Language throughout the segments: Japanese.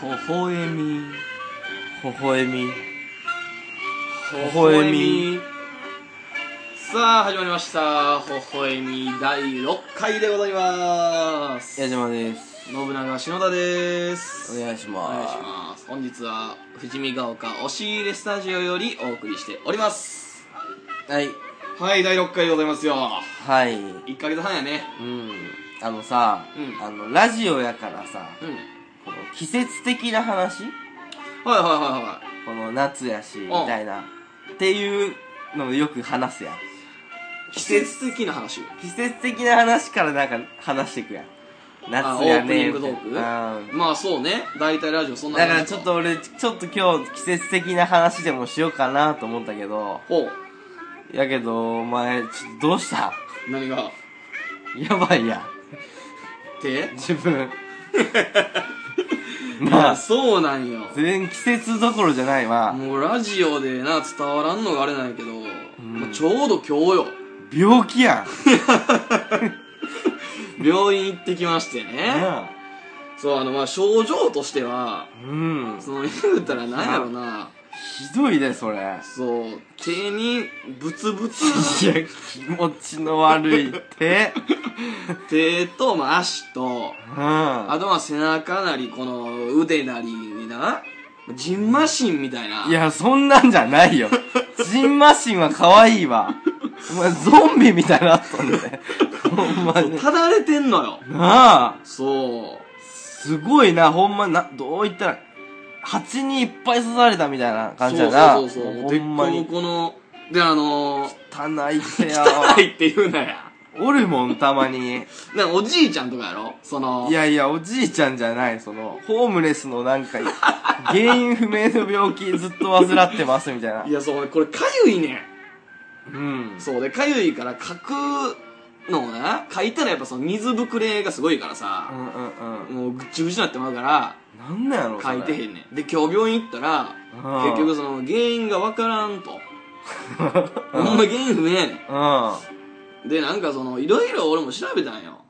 ほほえみほほえみほほえみさあ始まりましたほほえみ第6回でございます矢島です信長篠田ですお願いしお願いまします本日は富士見ヶ丘押し入れスタジオよりお送りしておりますすはいはい第6回でございますよはいうん1ヶ月半やねあのさ、うんあのラジオやからさうんこの季節的な話はいはいはいはこの夏やしみんたいなっていうのをよく話すやんい季節的な話季節的な話からなんか話していくやんあ夏やねオープニングトークみたいなうんまあそうね大体ラジオそんなだ感じからちょっと俺ちょっと今日季節的な話でもしようかなと思ったけどほうやけどお前ちょっとどうした 何がやばいやん手自分いやまあそうなんよ全然季節どころじゃないわもうラジオでな伝わらんのがあれなんやけど、んまあちょうど今日よ病気やん病院行ってきましてねなあそうあのまあ症状としてはうんその言うたらなんやろなひどいねそれいやそう手にブツブツ気持ちの悪い 手手と、まあ、足とうんああとまあ背中なりこの腕なりになじんましんみたいないやそんなんじゃないよジンマシンは可愛いわお前ゾンビみたいになっとんねほんまにただれてんのよなあそすごいなほんまなどう言ったら蜂にいっぱい刺されたみたいなう感じやなそうそうそうそうほんまでにこのこのであのー、汚い手や わ汚いって言うなやおるもんたまになんかおじいちゃんとかやろそのいやいやおじいちゃんじゃないそのホームレスのなんか原因不明の病気ずっと患ってますみたいないやそう俺これかゆいねうんんそうでかゆいから書くのをな書いたらやっぱその水ぶくれがすごいからうさ、んうんうんもうぐっちゅぐちゅになってまうからなんなんやろ書いてへんんねんで今日病院行ったら結局その原因がわからんとほんま原因不明やねうんでなんかそのいろいろ俺も調べたんよ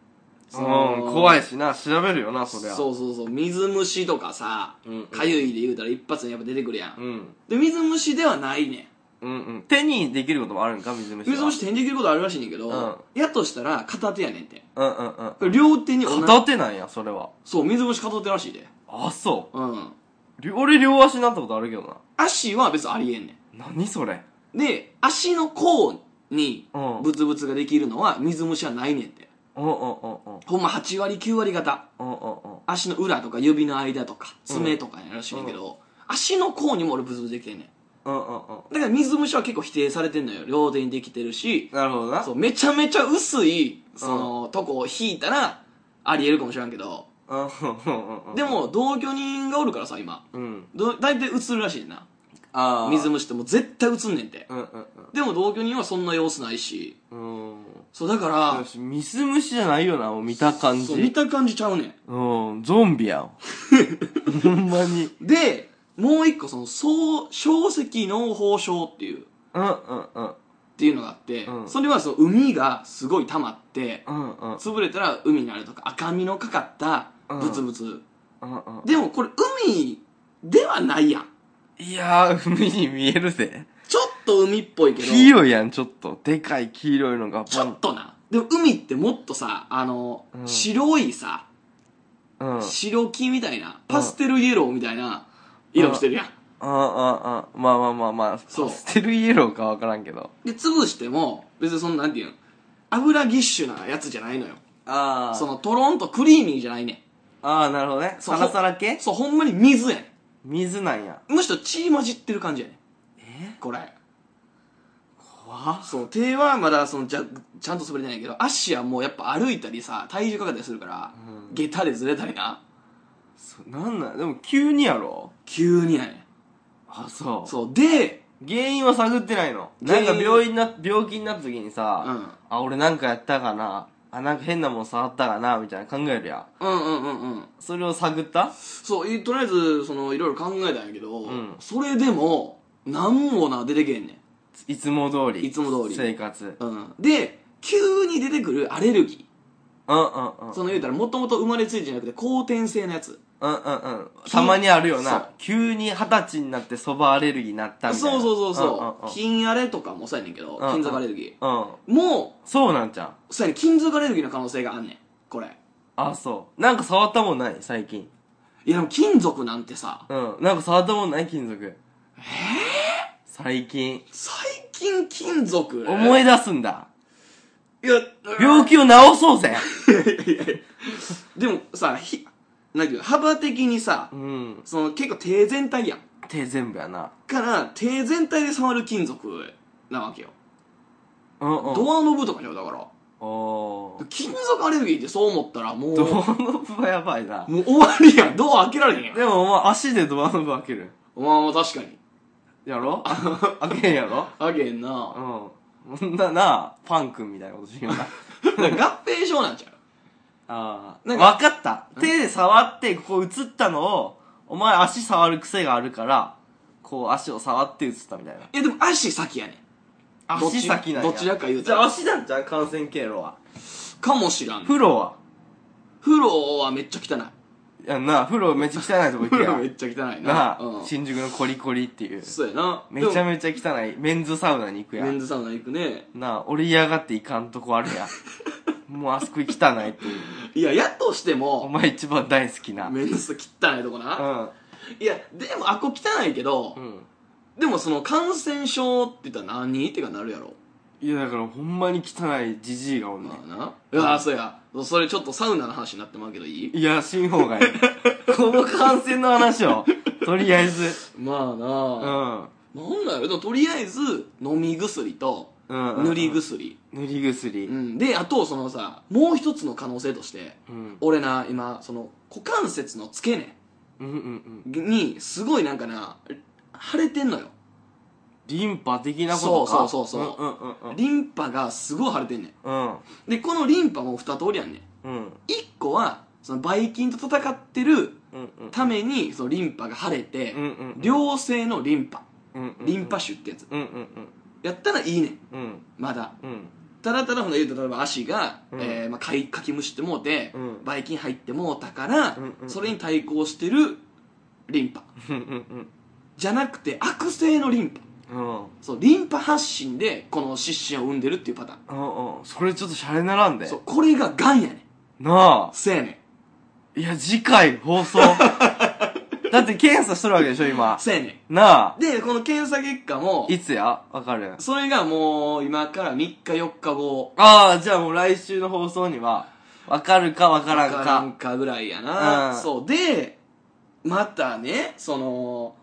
んうん怖いいしな調べるよなそりゃそうそうそう水虫とかさうんかゆいで言うたら一発にやっぱ出てくるやんうんで水虫ではないねんうんうん手にできることもあるんか水虫は水虫って返事できることあるらしいねんだけど、やとしたら片手やねんてうんうんうん両手に同じ片手なんやそれはそう水虫片手らしいであそうんうり俺両足になったことあるけど足は別にありえんねな何それんで足の甲にうんブツブツができるのは水虫はないねんてうんうんうんうんほんま8割9割方うんうんうん足の裏とか指の間とか爪とかやらしいねんけど、足の甲にも俺ブツブツできてんねんうんうんうんだから水虫は結構否定されてんのよ両手にできてるしなるほどなそうめちゃめちゃ薄いその、とこを引いたらありえるかもしれんけどうんうんうんうんでも同居人がおるからさ今うんど大体映るらしいねんなああ水虫ってもう絶対映んねんてうんうんでも同居人はそんな様子ないしうんうんそうだから私水虫じゃないよなもう見た感そう見じた感じちゃうねうんゾンビやんほんまにんでもう一個そのそう小石脳胞症っていうっうんうんうんていうのがあって、うんそれはその海がすごい溜まってうんうん潰れたら海になるとか赤みのかかったブツブツ、うんうんでもこれ海ではないやんいやー海に見えるぜちょっと海っぽいけど黄色いやんちょっとでかい黄色いのがちょっとなでも海ってもっとさあの、うん白いさボンうんうんうん白木みたいなパステルイエローみたいな色してるやんまあまあまあまあそうパステルイエローかわからんけどで潰しても別にそんななんていうの油ぎっしゅなやつじゃないのよあそのトロンとクリーミーじゃないねああなるほどねそうサラサラ系んそうほんまに水やね水なんやんむしろ血混じってる感じやねんえこれ怖っそう手はまだそのじゃちゃんと滑れてないけど足はもうやっぱ歩いたりさ体重かかったりするから、うん下駄でずれたりなそなんなんでも急にやろ急にやねあそんそうでう原因は探ってないの原な因んか病院な病気になった時にうさ、んあ俺なんかやったかなあなんか変なもん触ったかなみたいな考えるやんうんうんうんうんそれを探ったそういとりあえずそのいろいろ考えたんやけど、んそれでもなんもな出てけへんねんいつも通りいつも通り生活うん、で急に出てくるアレルギううんうんうん。その言うたらもともと生まれついてじゃなくて後天性のやつうんうんうん。たまにあるよそうな。急に二十歳になって蕎麦アレルギーになったそみたういそな。うそうそうう金あれとかもそうやねんけどうんうん金属アレルギんうんうん。うん。ーもそうなんじゃん。うそうやねん金属アレルギーの可能性があんねんこれあ、そう。なんか触ったもんない最近。いやでも金属なんてさうん。なんか触ったもんない金属。え最近。最近金属思いい出すんだ。や病気を治そうぜ。いやいやでもさひなんていうの幅的にさうん。その結構手全体やん手全部やな。から手全体で触る金属なわけようんうん。ドアノブとかじゃんだからおー。金属アレルギーってそう思ったらもうドアノブはやばいな。もう終わりやんドア開けられへんやんでもお前足でドアノブ開ける。まあまあ確かにやろ 開けんやろあげんなうん。そんなな、パン君みたいなことし ような。だから 合併症なんちゃうああ。ななんんかか分かった。手で触って、ここ映ったのを、お前足触る癖があるから、こう足を触って映ったみたいな。いやでも足先やねんどっち足先なんや。どちらか言うじたゃあら足なんじゃん感染経路は。かもしらん風呂は風呂はめっちゃ汚いいやんな、風呂めっちゃ汚いとこ行風け呂やめ。っちゃ汚いななあ、うん新宿のコリコリっていう。そうやなめちゃめめちゃ汚い。メンズサウナに行くやメンん。ズサウナ行くねなあ、俺嫌がって行かんとこあるや ん。もうあそこ汚いっていう。いややっとしておも前一番大好きな。うん。メンズ汚いとこなういやでもあっこ汚いけどん。でもその感染症って言ったら何ってかなるやろいやだからほんまに汚いじじいがおんねんまあなうわそうやそれちょっとサウナの話になってまうけどいいいや、新方が いい。この感染の話を、とりあえず。まあう。なんなんだよでもとりあえず飲み薬とうん。塗り。薬塗りう薬。んであとそのさもう一つの可能性としてうん。俺な今その股関節の付け根うんうんうん。にすごいなんかな腫れてんのよリンパ的なことか。。そうそうそうそううんうんうんリンパがすごい腫れてんねんうん。でこのリンパも二通りやんねんうん。一個はそのばい菌と戦ってるうんうん。ためにそのリンパが腫れてうんうん。良性のリンパうんうん。リンパ腫ってやつうんうんやったらいいねんうん。うん。まだうん。ただただほんで言うと例えば足が、うんえーまあ、かいかきむしってもうて、うんばい菌入ってもうたから、うんうんそれに対抗してるリンパうんうんじゃなくて悪性のリンパうん。そうリンパ発進でこの湿疹を生んでるっていうパターンうんうん。それちょっとシャレならんで。そうこれががんやねんなあ。せやねんいや、次回放送。だって検査しとるわけでしょ、今。せやねなあん。でこの検査結果もいつやわかるそれがもう今から3日4日後ああ、じゃあもう来週の放送には、わかるかわからんわか。かぐらいやな、うんそうでまたねその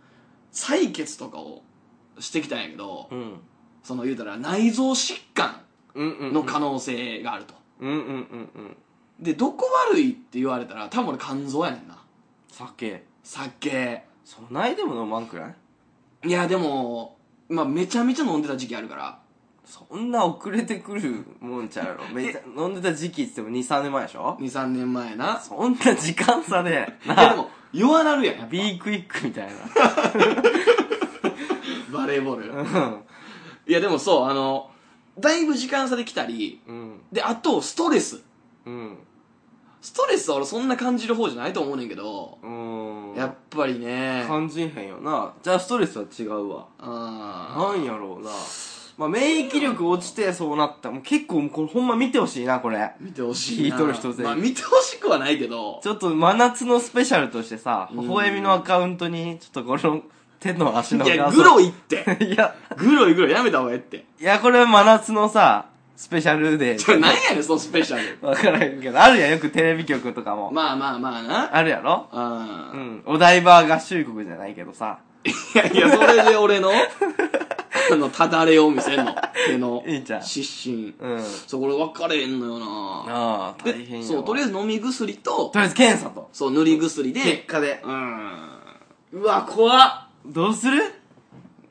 採血とかをしてきたんやけど、うん。その言うたら内臓疾患うんうん。の可能性があると、うんうんうんうん。でどこ悪いって言われたら多分俺肝臓やねんな酒。酒そないでも飲まんくらいいやでもまあめちゃめちゃ飲んでた時期あるからそんな遅れてくるもんちゃうやろ。めっちゃ飲んでた時期っつっても2、3年前でしょ23年前 やなそんな時間差で。いやなでも弱なるやんやっぱビークイックみた いバレーボールな。うん。いやでもそうあのだいぶ時間差で来たりうん。であとストレスうん。ストレスは俺そんな感じる方じゃないと思うねんけど、うん。やっぱりね感じへんよな。じゃあストレスは違うわ。あなんやろうな。まあ、免疫力落ちてそうなった。もう結構もうこれほんま見てほしいな、これ。見てほしいな聞いとる人全員まあ見てほしくはないけどちょっと真夏のスペシャルとしてさ、うん微笑みのアカウントに、ちょっとこの手の足のいや画像グロいって いや、グロいグロいやめた方がええっていや、これは真夏のさ、スペシャルで、ちょ何やねんそのスペシャルわからんけど、あるやん、よくテレビ局とかも。まあまあまあなあるやろあうーん。お台場合衆国じゃないけどさ、いやいやそれで俺のあのただれを見せんの手のいいじゃん失神うん。そうこれ分かれへんのよなああ、で大変よ。そうとりあええず飲み薬ず、ととりあえず検査と。そう塗り薬結で果で。うんうわ怖っどうする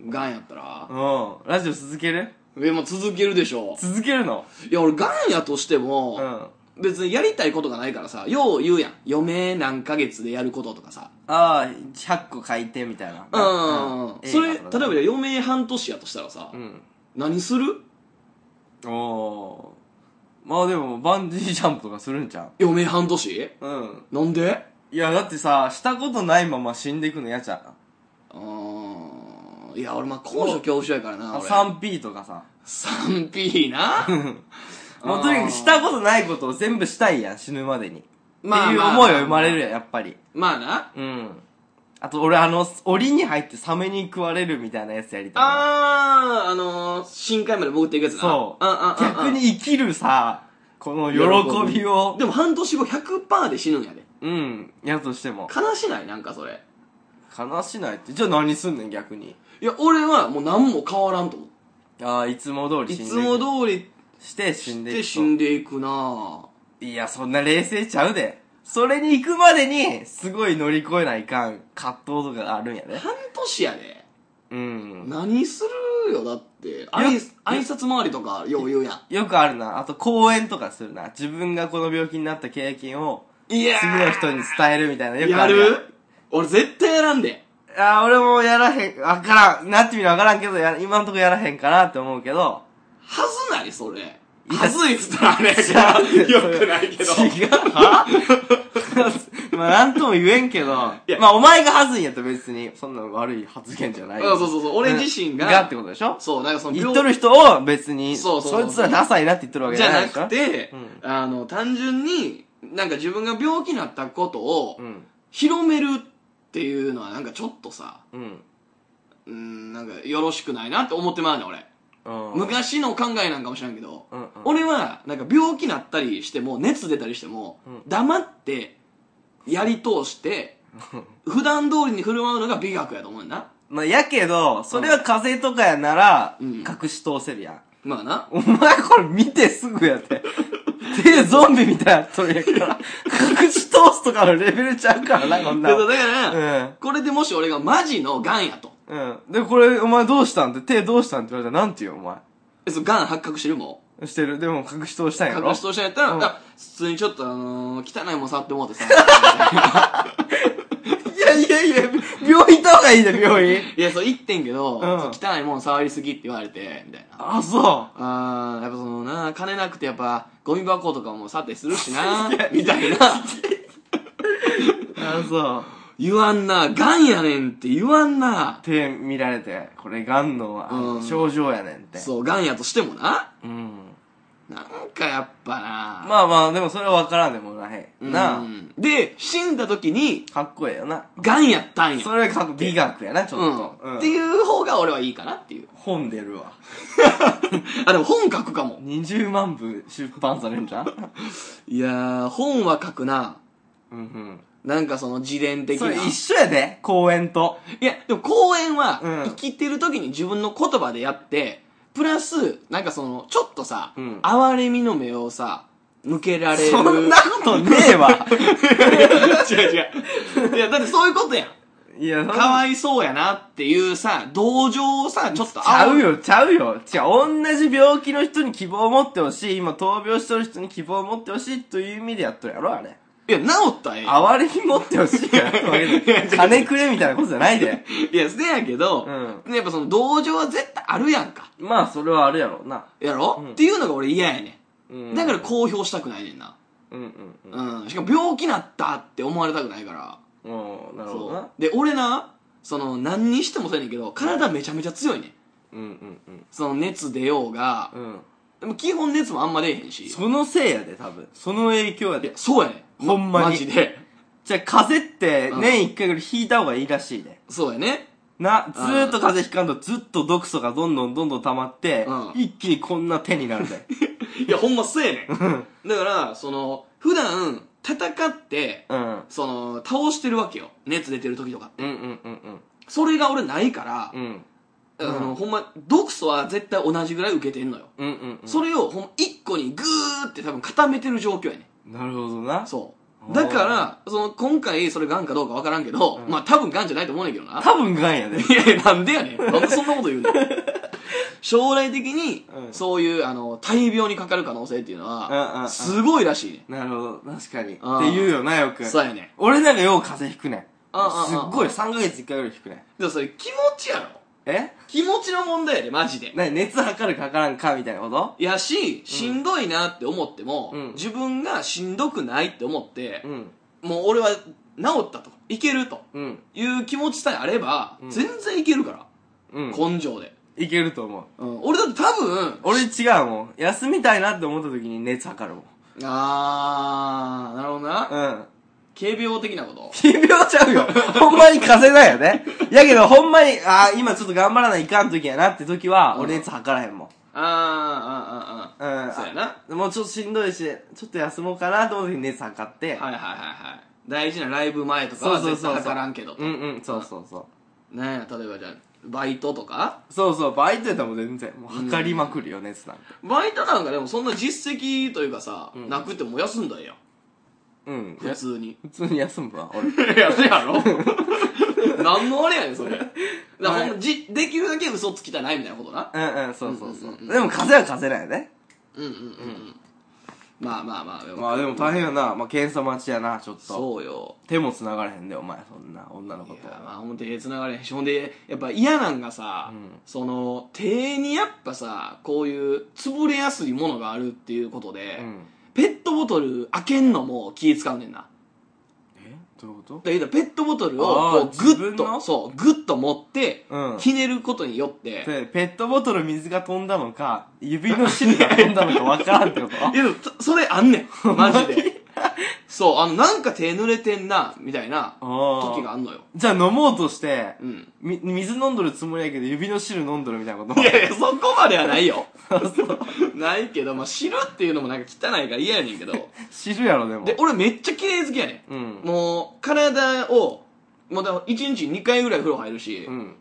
がんやったらうん。ラジオ続けるえもう続けるでしょ続けるのいや俺がんやとしてうも、ん。別にやりたいことがないからさよう言うやん余命何ヶ月でやることとかさああ、100個書いてみたいな。うん、うんそれ例え映画ばとかね余命半年やとしたらさ、うん。何するおーまあ、でも、バンジージャンプとかするんじゃん。え、おめえ半年うん。なんでいや、だってさ、したことないまま死んでいくの嫌じゃん。うーん。いや、俺まあ、高所恐怖症やからな、あ俺。 3P とかさ。 3P な。もうとにかくしたことないことを全部したいやん、死ぬまでに。まあっていうまあ思いは生まれるやん、やっぱり。まあな。うん。あと俺あの、檻に入ってサメに食われるみたいなやつやりたいな。あー、あのー、深海まで潜っていくやつな。そう。んんんうん逆に生きるさ、この喜びを。でも半年後100%で死ぬんやで。うん。やとしても。悲しないなんかそれ。悲しないって。じゃあ何すんねん、逆に。いや、俺はもう何も変わらんと思う。ああ、いつも通りい死んでいつくも通りして死んででいく死んでいくなぁ。といや、そんな冷静ちゃうで。それに行くまでに、すごい乗り越えないかん葛藤とかがあるんやね。半年やで。うん。何するよ、だって。挨挨拶回りとか、よう言うやよくあるな。あと、講演とかするな。自分がこの病気になった経験を、ん。いや次の人に伝えるみたいな。よくやあるるやん俺絶対やらんで。あー俺もやらへん、わからん、なってみるわからんけど、や今んとこやらへんかなって思うけど。はずない、それ。やはずいっつったらあれや けど、よくないけど。違う。 まあ、なんとも言えんけど。まいやあ、お前が恥ずいんやったら別に、そんな悪い発言じゃない。うんそうそうそう俺自身ががってことでしょそう、なんかその言っとる人を別に、そうそうそういつはダサいなって言っとるわけじじゃゃないなでしょくて、うあの、単純に、なんか自分が病気になったことをうん。広めるっていうのはなんかちょっとさ、うん。うーん、なんかよろしくないなって思ってまうねん俺。うん。昔の考えなんかもしれんけど、うんうん俺はなんか病気なったりしても、熱出たりしても、うん黙ってやり通して、普段通りに振る舞うのが美学やと思うねんな。まあ、やけど、それは風邪とかやなら、うん隠し通せるやん。まあな。お前これ見てすぐやって。 手ゾンビみたいになっとるやんから、隠し通すとかのレベルちゃうからな、こんけなどん。だかうら、ん。これでもし俺がマジの癌やと。うん。で、これ、お前どうしたんって、手どうしたんって言われたら、なんて言うお前。えその癌発覚してるもん。してる。でも、隠し通したんやろ隠し通したんやったら、うんあ普通にちょっとあのー、汚いもん触ってもうて さ。いやいやいや、病院行った方がいいで、病院。いや、そう言ってんけど、んそう汚いもん触りすぎって言われて、みたいな。あ、そあー、やっぱそのな、金なくてやっぱ、ゴミ箱とかも去ってするし な、みたいな。う。あ、そう。言わんな、癌やねんって言わんな。手見られて、これ、がんのあうのん症状やねんって。そう、癌やとしてもな。う。ん。なんかやっぱな。まあまあ、でもそれは分からんでもない。うんなで、死んだ時に、あ。かっこええよな。癌やったんや。それか美学やな、ちょうっんと。うん。っていう方が俺はいいかなっていう。 本出るわ。あ、でも本書くかも。 20万部出版されんじゃんいやー、本は書くな。うんなんかその自伝う的そな。れ一緒いやで、公演と。や、でも講演は、うん生きてる時に自分の言葉でやって、プラス、なんかその、ちょっとさ、うん哀れみの目をさ、向けられる。そんなことねえわ。 違う違う。いや、だってそういうことやん。いや、そんなかわいそうやなっていうさ、同情をさ、ちょっとちゃ煽うる。よ、ちゃうよ。違う、同じ病気の人に希望を持ってほしい。今、闘病してる人に希望を持ってほしいという意味でやっとるやろ、あれ。いや、治ったらええやん哀れに持ってほしい からやっとるわけで。金くれみたいなことじゃないで。いや、せやけど、うやっぱその同情は絶対あるやんか。まあ、それはあるやろうな。やろ、んっていうのが俺嫌やねうんん。だから公表したくないねんな。うんうんうん。しかも病気なったって思われたくないから。うん。おーなるほどそうな。。で、俺な、その何にしてもそうやねんけど、体めちゃめちゃ強いねん。うんうんうん。その熱出ようが、うん。でも基本熱もあんま出えへんし。そのせいやで、多分。その影響やいやで。そうやねん。ほんまにマジで。じゃあ、風邪ってうん年一回ぐらい引いた方がいいらしいで。そうやね。な、ずーっと風邪ひかんとずっと毒素がどんどんどんどん溜まってうん、一気にこんな手になる で。いや、ほんまそうやね ん。だから、その、普段、戦って、うん。その、倒してるわけよ。熱出てる時とかって。うんうんうんそれが俺ないから、うん。うん。あの、ほんま、毒素は絶対同じぐらい受けてんのよ。うんうん、それを、ほんま、一個にグーって多分固めてる状況やねうん。なるほどな。そう。だから、その、今回、それ癌かどうかわからんけど、まあ多分癌じゃないと思うねんけどな。多分がんやで。いやいや、なんでやねん。なんでそんなこと言う の将来的に、うんそういう、あの、大病にかかる可能性っていうのうんうんうは、んすごいらしいね。なるほど、確かに。ってあー言うよな、よく。そうやねん。俺なんかよう風邪ひくねん。あーあーすっごい、3ヶ月1回ぐらいひくねん。でもそれ気持ちやろ。え気持ちの問題やで、マジで。なに熱測るかからんかみたいなことやし、しんどいなって思っても、うん自分がしんどくないって思って、うん。もう俺は治ったと、いけるとうん。いう気持ちさえあれば、うん全然いけるから、うん。根性で。いけると思う。うん、俺だって多分、俺違うもん。休みたいなって思った時に熱測るもん。あー、なるほどな。うん。軽病的なこと。奇病ちゃうよ。ほんまに風邪だよね。やけどほんまに、あー今ちょっと頑張らないかん時やなって時は、うん俺熱測らへんもん。あー、あー、あー、あうん。ー。そうやな。はあもうちょっとしんどいし、ちょっと休もうかなと思った時に熱測って。いはいはいはい。大事なライブ前とかは絶対測らんけどと。うんうん、そうそうそう。ねえ、例えばじゃあ、バイトとかそうそう、バイトやったらもう全然、もう測りまくるよ、熱なんて。バイトなんかでもそんな実績というかさ、うんなくても休んだんやん。うん。普通に。普通に休むわ、俺。い や、そや ろ何のあれやね ん、それ。だからはいほんまじ、できるだけ嘘つきたないみたいなことな。うんうん、そうそうそう。うんうんうんでも風邪は風邪だよね。うんうんうんうん。まあまあまあ、でもまあでも大変やな。まあ検査待ちやな、ちょっと。そうよ。手も繋がれへんで、お前、そんな女のい子やと。、まあほんと手繋がれへんし、ほんで、やっぱ嫌なんがさ、うんその、手にやっぱさ、こういう潰れやすいものがあるっていうことで、うん。ペットボトル開けんのも気使うねんな。えどういうことだけどペットボトルあーをこうグッ自分のとそうグッと持ってうんひねることによって、いで、ペットボトル水が飛んだのか、指の芯が飛んだのかわからんってこと やでもそそれあんねんマジでそうあのなんか手濡れてんなみたいなあ時あ。があんのよじゃあ飲もうとして、うんみ、水飲んどるつもりやけど、指の汁飲んどるみたいなこといやいやそこまではないよ ないけど、まあ、知るっていうのもなんか汚いから嫌やねんけど知るやろ、でも。で俺めっちゃ綺麗好きやねうんん。もう体をもうだから1日2回ぐらい風呂入るし、うん。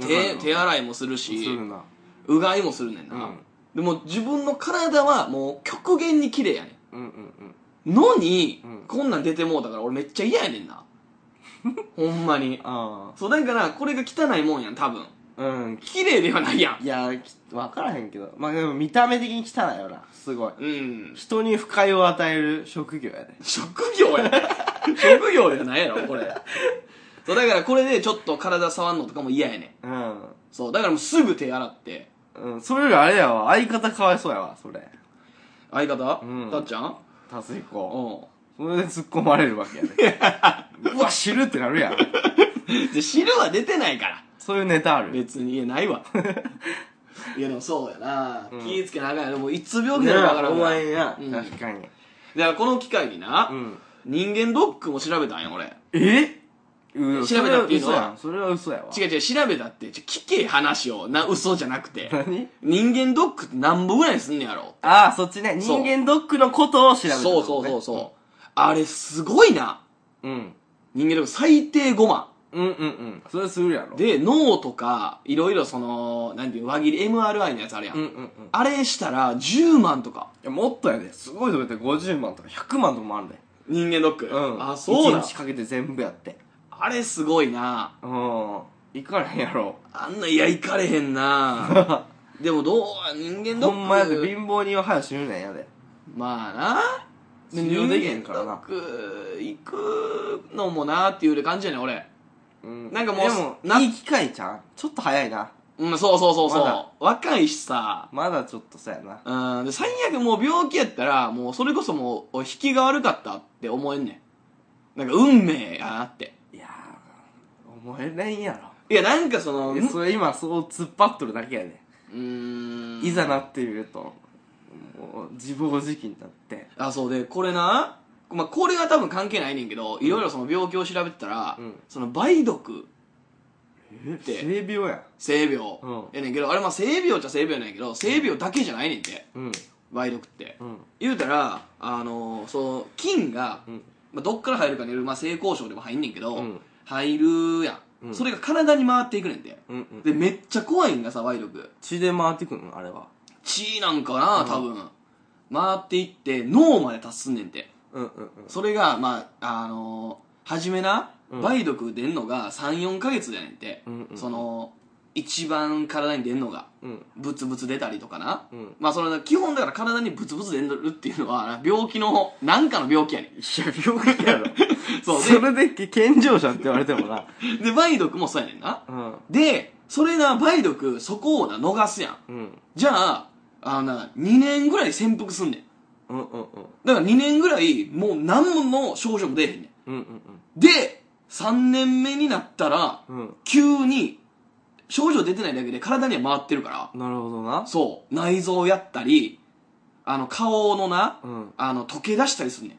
手手洗洗いもするすしるな。うがいもするねんな、うんでも自分の体はもう極限に綺麗やねうんうんうん。んのに、うんこんなん出てもうだから俺めっちゃ嫌やね んなほんまにあそうだからこれが汚いもんやん多分あ。うん。綺麗ではないやんいや、きわからへんけど。まあでも見た目的に汚いよな。すごい。うん人に不快を与える職業やで。職業やね職業じゃないやろこれそうだからこれでちょっと体触んのとかも嫌やねんうん。そうだからもうすぐ手洗ってうん。それよりあれやわ。相方かわいそうやわ、それ。相方、うんたっちゃん達う彦。んそれで突っ込まれるわけやで。うわ、知るってなるやん。で汁は出てないからそういうネタある。別に言えないわいやでもそうやな、うん気ぃつけなあかんやろもういつ病気なのかわからんおから前な。うん確かに。だからこの機会にな、うん。人間ドックも調べたんや俺えう調べたっていうのそれは嘘やはん。それは嘘やわ。違う違う調べたってちょ聞け話をな嘘じゃなくて何人間ドックって何本ぐらいすんねやろああ、そっちね。そう人間ドックのことを調べた、ね。そうそうそうそう、あれすごいなうん。人間ドック最低5万うんうんうん。それするやろ。で脳とかいろいろそのなんていう輪切り MRI のやつあるやん、うんうんうん。いあれしたら10万とかや、もっとやで。すごいとこやって50万とか100万とかもあるで。人間ドック、うん。あそうなん1日かけて全部やって。あれすごいなうん。行かれへんやろ。あんないや行かれへ んなでもどう人間ドほックんまやで、貧乏人は早く死ぬねんやで。まあな信用できへんからな人間ドック行くのもなっていう感じやねん俺うんなんかもうでもないい機会じゃんちょっと早いな。うんそうそうそうそう、まだ若いしさまだちょっとさやな。うんで最悪もう病気やったらもうそれこそもうお引きが悪かったって思えんねんなんか運命やなっていやー、思えれんやろ。いやなんかそのいやそれ今そう突っ張っとるだけやで。うんいざなってみると、もう自暴自棄になって。あそうでこれな、まあ、これは多分関係ないねんけどいろいろその病気を調べてたら、うんその梅毒えて性病やん。性病、うんやねんけどあれまあ性病っちゃ性病なんやけど性病だけじゃないねんてうん。梅毒って、うん。言うたらあのーそう菌が、うんまあ、どっから入るかによる、まあ、性交渉でも入んねんけど、うん入るやん、うんそれが体に回っていくねんてうんうん。でめっちゃ怖いんがさ梅毒血で回ってくんのあれは。血なんかな多分、回っていって脳まで達すんねんてうんうんうん。それがまああのー初めなうん梅毒出んのが34ヶ月じゃねんて、うんうんうんその一番体に出んのがうん。ブツブツ出たりとかな、うんまあその基本だから体にブツブツ出るっていうのは病気のなんかの病気やねんいや、病気や ろ。そうそれで健常者って言われてもな。で梅毒もそうやねんなうん。でそれな、梅毒、そこをな、逃すやうん。ん。じゃあ、あのな、2年ぐらい潜伏すんねん。うんうんうん。だから2年ぐらい、もう何もの症状も出えへんねうんうんん。で、3年目になったら、うん。うん。急に、症状出てないだけで体には回ってるから、なるほどな。そう、内臓やったり、あの、顔のな、うん。あの、溶け出したりすんね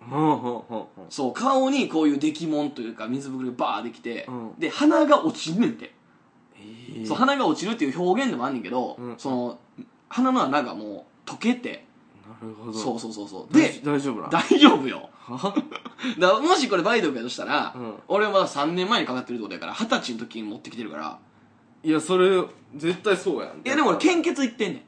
ん。ほうほうほうほう。そう、顔にこういう出来物というか、水ぶくれがバーできて、うんで、鼻が落ちんねんて。ええそう、鼻が落ちるっていう表現でもあんねんけど、うんその、鼻の穴がもう溶けて、なるほど。そうそうそうそう。大で、大丈夫な。大丈夫よ。は だからもしこれ梅毒やとしたら、うん俺はまだ3年前にかかってるってことやから、二十歳の時に持ってきてるから、いや、それ、絶対そうやん。いやでも俺献血行ってんねん。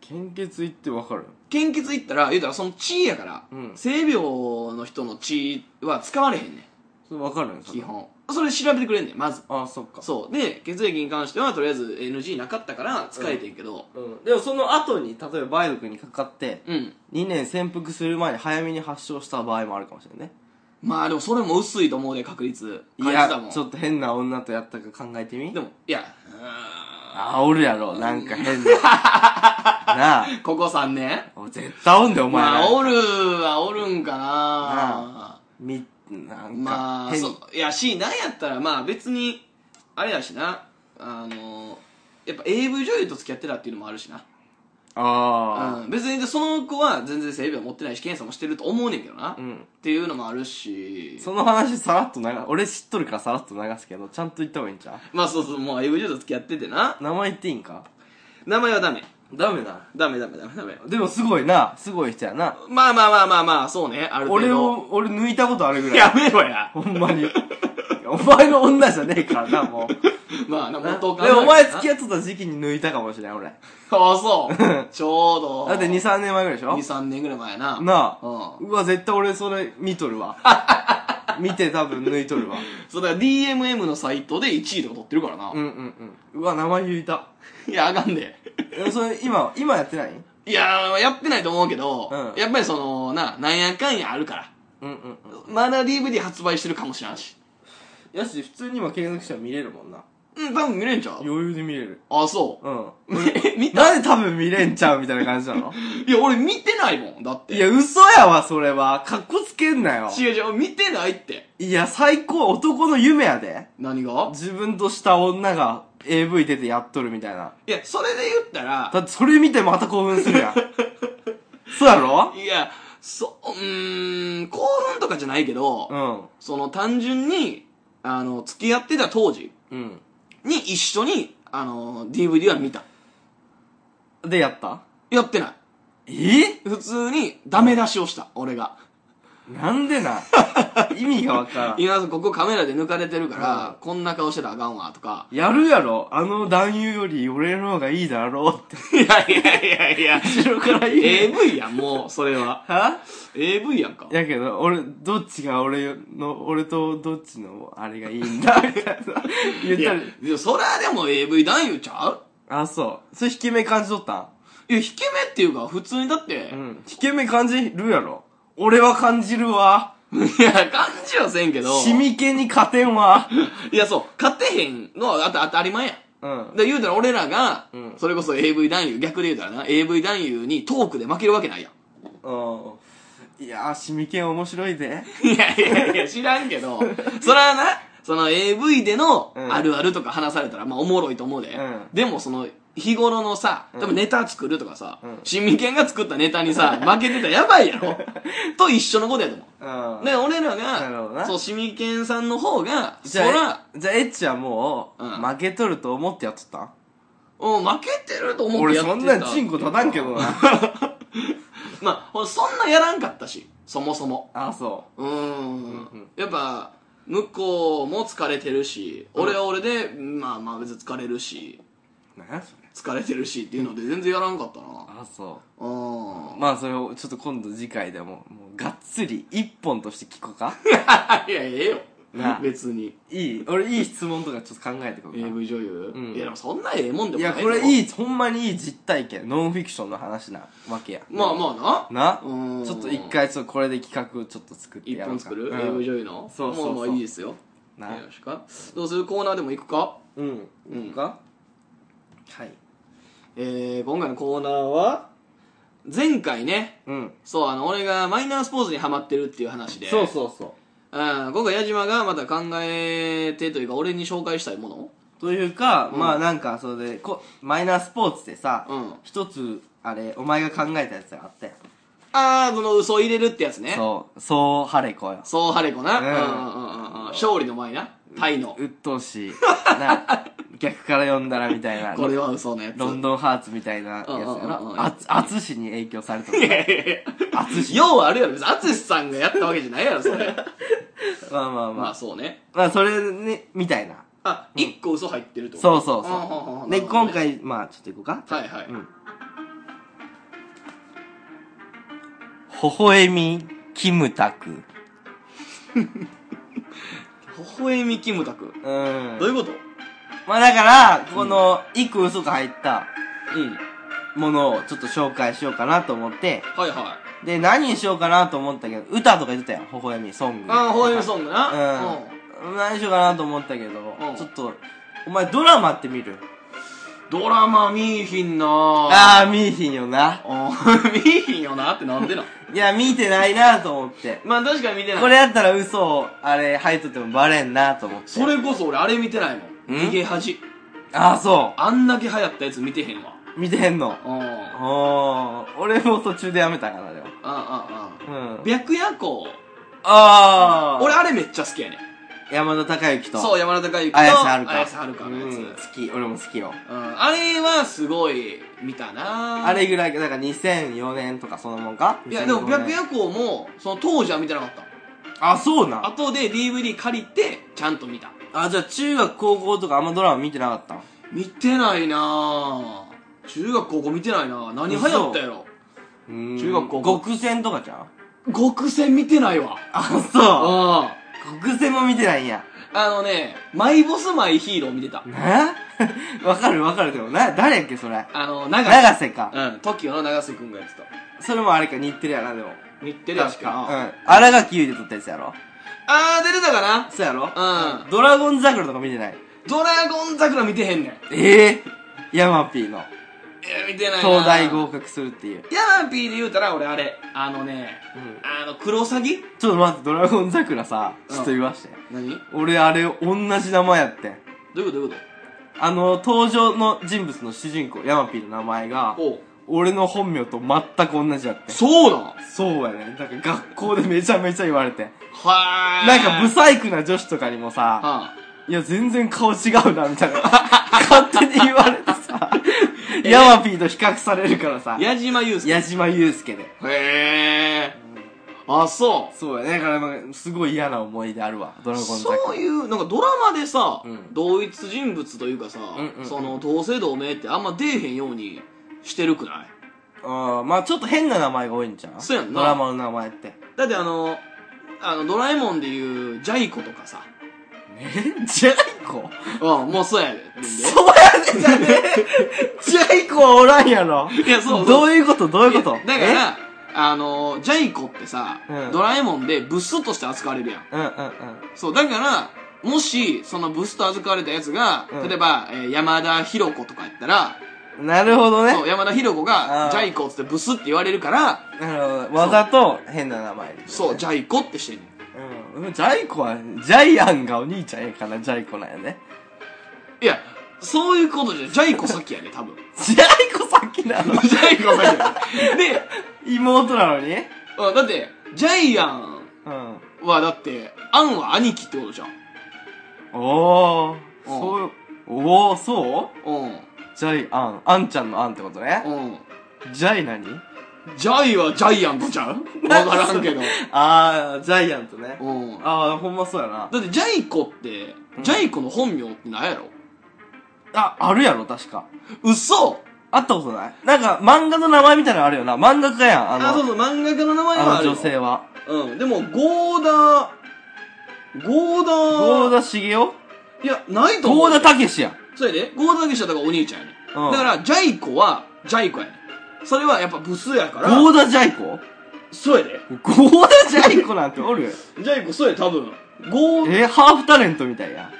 献血行ってわかる献血行ったら、言うたらその血やから、うん性病の人の血は使われへんねん、それわかるん基。本。それ調べてくれんねん、まず。あ、そっか。そう。で、血液に関してはとりあえず NG なかったから使えてんけど、うん。でもその後に、例えば梅毒にかかって、うん。 2年潜伏する前に早めに発症した場合もあるかもしれないね。まあでもそれも薄いと思うで、確率。い感じたやもん。、ちょっと変な女とやったか考えてみでも、いや、あ、おるやろ、なんか変 な。なあ。うーんここ3年お絶対おんで、お前ら。まあ、おるはおるんかなみ、なんまか、あ、変そに。う。いや、し、なんやったら、まあ別に、あれやしな、あの、やっぱ AV 女優と付き合ってたっていうのもあるしな。あうん、別にその子は全然性病持ってないし、検査もしてると思うねんけどな。あ。うっん。ていうのもあるし。その話さらっと流、俺知っとるからさらっと流すけど、ちゃんと言った方がいいんちゃまあそうそう、もう AV 女優と付き合っててな。う名前言っていいんか名前はダメ。ダメだ。ダメダメダメダメ。でもすごいな、すごい人やな。まあまあまあまあまあ、そうね、ある程俺度。を、俺抜いたことあるぐらい。やめろや。ほんまに。お前の女じゃねえからな、もう。まあ、なな元カノでもお前付き合合ってた時期に抜いたかもしれん、俺。ああ、 そう。ちょうど。だって2、3年前ぐらいでしょ2、3年ぐらい前やな。なあ。ううわ、絶対俺それ見とるわ。見て多分抜いとるわ。そうだから DMM のサイトで1位とか取ってるからな。うんうんうん。うわ、名前言いた。いや、あかんで。えそれ今、今やってないいやー、やってないと思うけど、うんやっぱりその、な、なんやかんやあるから。うんうんうん。まだ DVD 発売してるかもしれんし。やし、普通に今検索したら見れるもんな。うん、多分見れんちゃう余裕で見れる。あ、そう。うん。え、 見たなんで多分見れんちゃうみたいな感じなのいや、俺見てないもん。だって。いや、嘘やわ、それは。かっこつけんなよ。違う違う、見てないって。いや、最高、男の夢やで。何が自分とした女が AV 出てやっとるみたいな。いや、それで言ったら、だってそれ見てまた興奮す るやん。そうやろいや、そ、うーん、興奮とかじゃないけど、うん。その単純に、あの、付き合ってた当時うん。に一緒に、あの、DVD は見た。で、やったやってない。え普通にダメ出しをした、俺が。なんで な意味がわからん。今、ここカメラで抜かれてるから、うんこんな顔してたらあかんわ、とか。 やるやろあの男優より俺の方がいいだろうって。いやいやいやいや、後ろから言え。AV やん、もう、それは。は AV やんか。やけど、俺、どっちが俺の、俺とどっちのあれがいいん だみたいな。言っいたやり。、いやそれはでも AV 男優ちゃうあ、そう。それ引け目感じとったんいや、引け目っていうか、普通にだって、ん。引け目感じるやろ俺は感じるわ。 いや、感じはせんけど。シミケに勝てん わ。いや、そう、勝てへんのはあた当たり前や。うん。で、言うたら俺らが、うんそれこそ AV 男優、逆で言うたらな、AV 男優にトークで負けるわけないやん。いやー、シミケン面 白いで。いやいやいや、知らんけど、そらな、その AV でのうんあるあるとか話されたら、まあおもろいと思うで。うんでもその、日頃のさ、多分ネタ作るとかさ、うん新民権が作ったネタに さ、負けてたらやばいやろと一緒のことやと思う。うんで、俺らなるほどが、なそう、シミケンさんの方が、そじゃらあ、、じゃあ、エッチはもう、うん負けとると思ってやっとったんうん、負けてると思って俺やってた。そんなんチンコ立たんけどな。 まあ、ほらそんなやらんかったし、そもそも。あ、そうーん。うんやっぱ、向こうも疲れてるし、俺は俺で、まあまあ別に疲れるし、う。なんやそれ。疲れてるしっていうので全然やらんかったな。あ、そうう。ーん。まあ、それをちょっと今度次回でも、もう、がっつり、一本として聞こう か。いや、ええよな。あ別に。いい俺、いい質問とかちょっと考えてこうか。 AV 女優、うんいや、でもそんなええもんでいもなや、いこれいい。い、ほんまにいい実体験。ノンフィクションの話なわけや。まあまあな。なうーんちょっと一回、ちょっとこれで企画をちょっと作って一やろう本か。作る、うん ?AV 女優のそうそうそうまあまあいいですよ。なよろしくかどうするコーナーでも行くかうんいいかはいえー、今回のコーナーは前回ねうんそうあの俺がマイナースポーツにハマってるっていう話でそうそうそううん、今回矢島がまた考えてというか俺に紹介したいものというか、うんまあなんかそれでこマイナースポーツってさ、うん一つあれお前が考えたやつがあったやんああその嘘を入れるってやつねうそうそう晴れ子よそうハレコな、う、うんんうんうんうんうん勝利の前なタイのうっとうしいな逆から読んだらみたいなこれは嘘のやつ ロンドンハーツみたいなやつやうんうんうんうろんあつ淳に影響されたといやいやいや淳ようあるやろ別に淳さんがやったわけじゃないやろそれまあまあまあ、まあそうねまあそれねみたいなあ一個嘘入ってるってことそうそうああああそうなでるほどね今回まあちょっといこうかはいはい、うん微笑みキムタク微笑みキムタクうんどういうことまあだから、この、一個嘘が入ったうんものをちょっと紹介しようかなと思って、はいはいで、何にしようかなと思ったけど、歌とか言ってたよ、微笑みソング。ああ微笑みソングなうん。何しようかなと思ったけどん、ちょっと、お前ドラマって見るドラマ見いひんなあー、見えひんよな。あ 見いひんよなってなんでなんいや、見てないなと思って。 まあ確かに見てないこれやったら嘘を、あれ、入っとってもバレんなと思って。それこそ俺あれ見てないもんん逃げ恥あー、そあんだけ流行ったやつ見てへんわう。見てへんの。うんあおー、俺も途中でやめたからだよ。ああうあん。白夜行あー。俺あれめっちゃ好きやね山田孝之と。そう山田孝之と綾瀬はるか。綾瀬はるかのやつ、ううんん、好き、俺も好きよ。あれはすごい見たなあれぐらい、だから2004年とかそのもんかいやでも白2004年夜行もその当時は見てなかったあ、そうなん後で DVD 借りてちゃんと見たあ、じゃあ中学高校とかあんまドラマ見てなかったん見てないなぁ中学高校見てないなぁ何流行ったやろうーん中学高校極戦とかじゃん極戦見てないわあ、そあう。極戦も見てないんや。あのねマイボスマイヒーロー見てたな わかるわかるけど、な、誰やっけそれ。あの長瀬長瀬か。うん TOKIO の長瀬くんがやってたそれもあれか、日テレやな、でも。日テレやしかうな、ん。荒垣結衣で撮ったやつやろあー出てたかなそうやろうんドラゴン桜とか見てないドラゴン桜見てへんねんええー、ヤマピーの。えー見てないな東大合格するっていう。ヤマピーで言うたら俺あれあのねうんあのクロサギちょっと待って、ドラゴン桜さ、うんちょっと言わして。何ど俺、あれ、同じ名前やってん。ういうことどういうこあの、登場の人物の主人公、ヤマピーの名前がと、おう俺の本名と全く同じやってん。そうなんはそうやね。なんか学校でめちゃめちゃ言われてん。ーなんか、ブサイクな女子とかにもさ、あいや、全然顔違うな、みたいな。 勝手に言われて さ、ヤマピーと比較されるからさあ、矢島祐介矢島祐介で。へえあそうそうやね。だから、まあすごい嫌な思い出あるわ、ドラゴン桜。そういうなんかドラマでさ、うん同一人物というかさ、んうんうんその同姓同名ってあんま出えへんようにしてるくないあーまあちょっと変な名前が多いんじゃんそうやんなドラマの名前ってだってあのあのドラえもんでいうジャイ子とかさえジャイコうんもうそうやでそうやねんじゃねえジャイコはおらんやろいやそうそうどういうことどういうことだからあのジャイ子ってさ、うんドラえもんでブスとして扱われるやんえうんうんうんそうだからもしそのブスと扱われたやつが、うん例えば、えー山田博子とかやったらなるほどねそう山田博子あがージャイ子っつってブスって言われるからなるほどわざと変な名前そう、ジャ,、ャイコってしてんねん。うん、でもジャイコはジャイアンがお兄ちゃんやからジャイコなんやねいや、そういうことじゃ、ジャイコ先やね、多分。 ジャイコ先なのジャイコ先やね。で、妹なのにうんだって、ジャイアンうんはだって、アンは兄貴ってことじゃん。おーおうそうおおそううん。ジャイアンアンちゃんのアンってことねうん。ジャイ何ジャイはジャイアントちゃうわからんけど。ああ、ジャイアントね。うん。ああ、ほんまそうやな。だって、ジャイコって、うんジャイコの本名ってなんやろあ、あるやろ、確か。嘘会ったことないなんか、漫画の名前みたいなのあるよな。漫画家やん、あの、あ、そうそう、漫画家の名前はああるのよ。女性は。うん。でも、ゴーダー、ゴーダー、ゴーダ茂雄いや、ないと思ゴう。ーダ武志やん。それで、ゴーダゲシはだからお兄ちゃんやね、うんだから、ジャイ子は、ジャイ子やねそれはやっぱブスやから、ゴーダジャイコそうやでゴーダジャイコなんておるジャイコそうや多分ゴー え、ハーフタレントみたいや。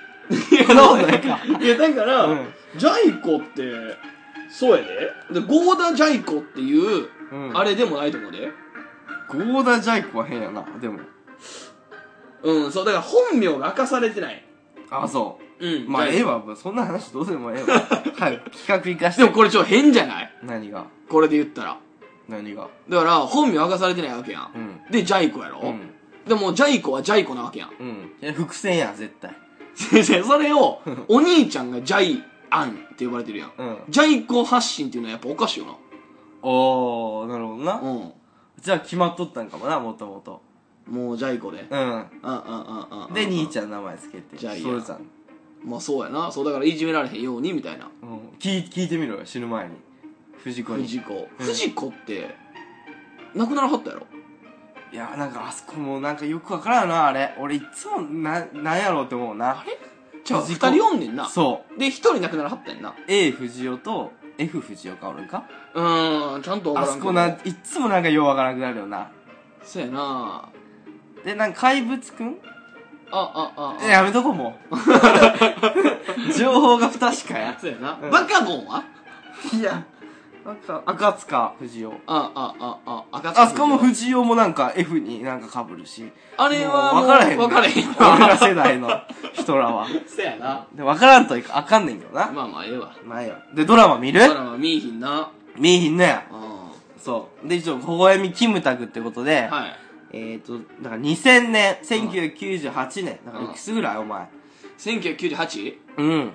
そんなことないか。いやだから、うんジャイコってそうやででゴーダジャイコっていう、うんあれでもないと思うでゴーダジャイコは変やな、でも。うんそうだから本名が明かされてないあ、そう。うんまあ、ジャイええコわ。そんな話どうでもええわ。 はい、企画生かして。でもこれちょっと変じゃない何がこれで言ったら何がだから本名明かされてないわけやん、うん。でジャイコやろ、うん。でもジャイコはジャイコなわけやんうん。いや、伏線やん、絶対。先生 それをお兄ちゃんがジャイアンって呼ばれてるやんうん。ジャイコ発信っていうのはやっぱおかしいよおー、なるほどなな。うんじゃあ決まっとったんかもな、もともと。もうジャイコでうんうん。うんうんうんで、兄ゃちゃん名前つけて。ジャイアンそれじゃん。んまあそうやなそうだからいじめられへんようにみたいなうん。聞い聞いてみろよ、死ぬ前に。藤子に。藤子藤子って亡くならはったやろいや、なんかあそこもなんかよくわからんよな、あれ。俺いつもな、なんやろうって思うな。じゃあ藤子二人おんねんなそで一人亡くならはったやんなう。A 藤代と F 藤代か、俺か。うーんちゃんと分あからんそけどこな、いつもなんかようわからなくなるよな。そうやなで、なんか怪物くんあああえあやめとこうも う。情報が不確かや。そうやなうんバカボンはいや、なんか、赤塚藤代。ああああああそこも藤代もなんか F になんか被るし。あれはもう分からへん、分からへん俺らわ 世代の人らは。そうやなで、分からんといか、あかんねんけどな。まあまあええわないよ。で、ドラマ見るだから見えひんな見えひんのや。うんそう。で、一応、微笑みキムタクってことで、はいえっ、ー、と、だから2000年、1998年、だからいくつぐらいお前。 1998?5 うん。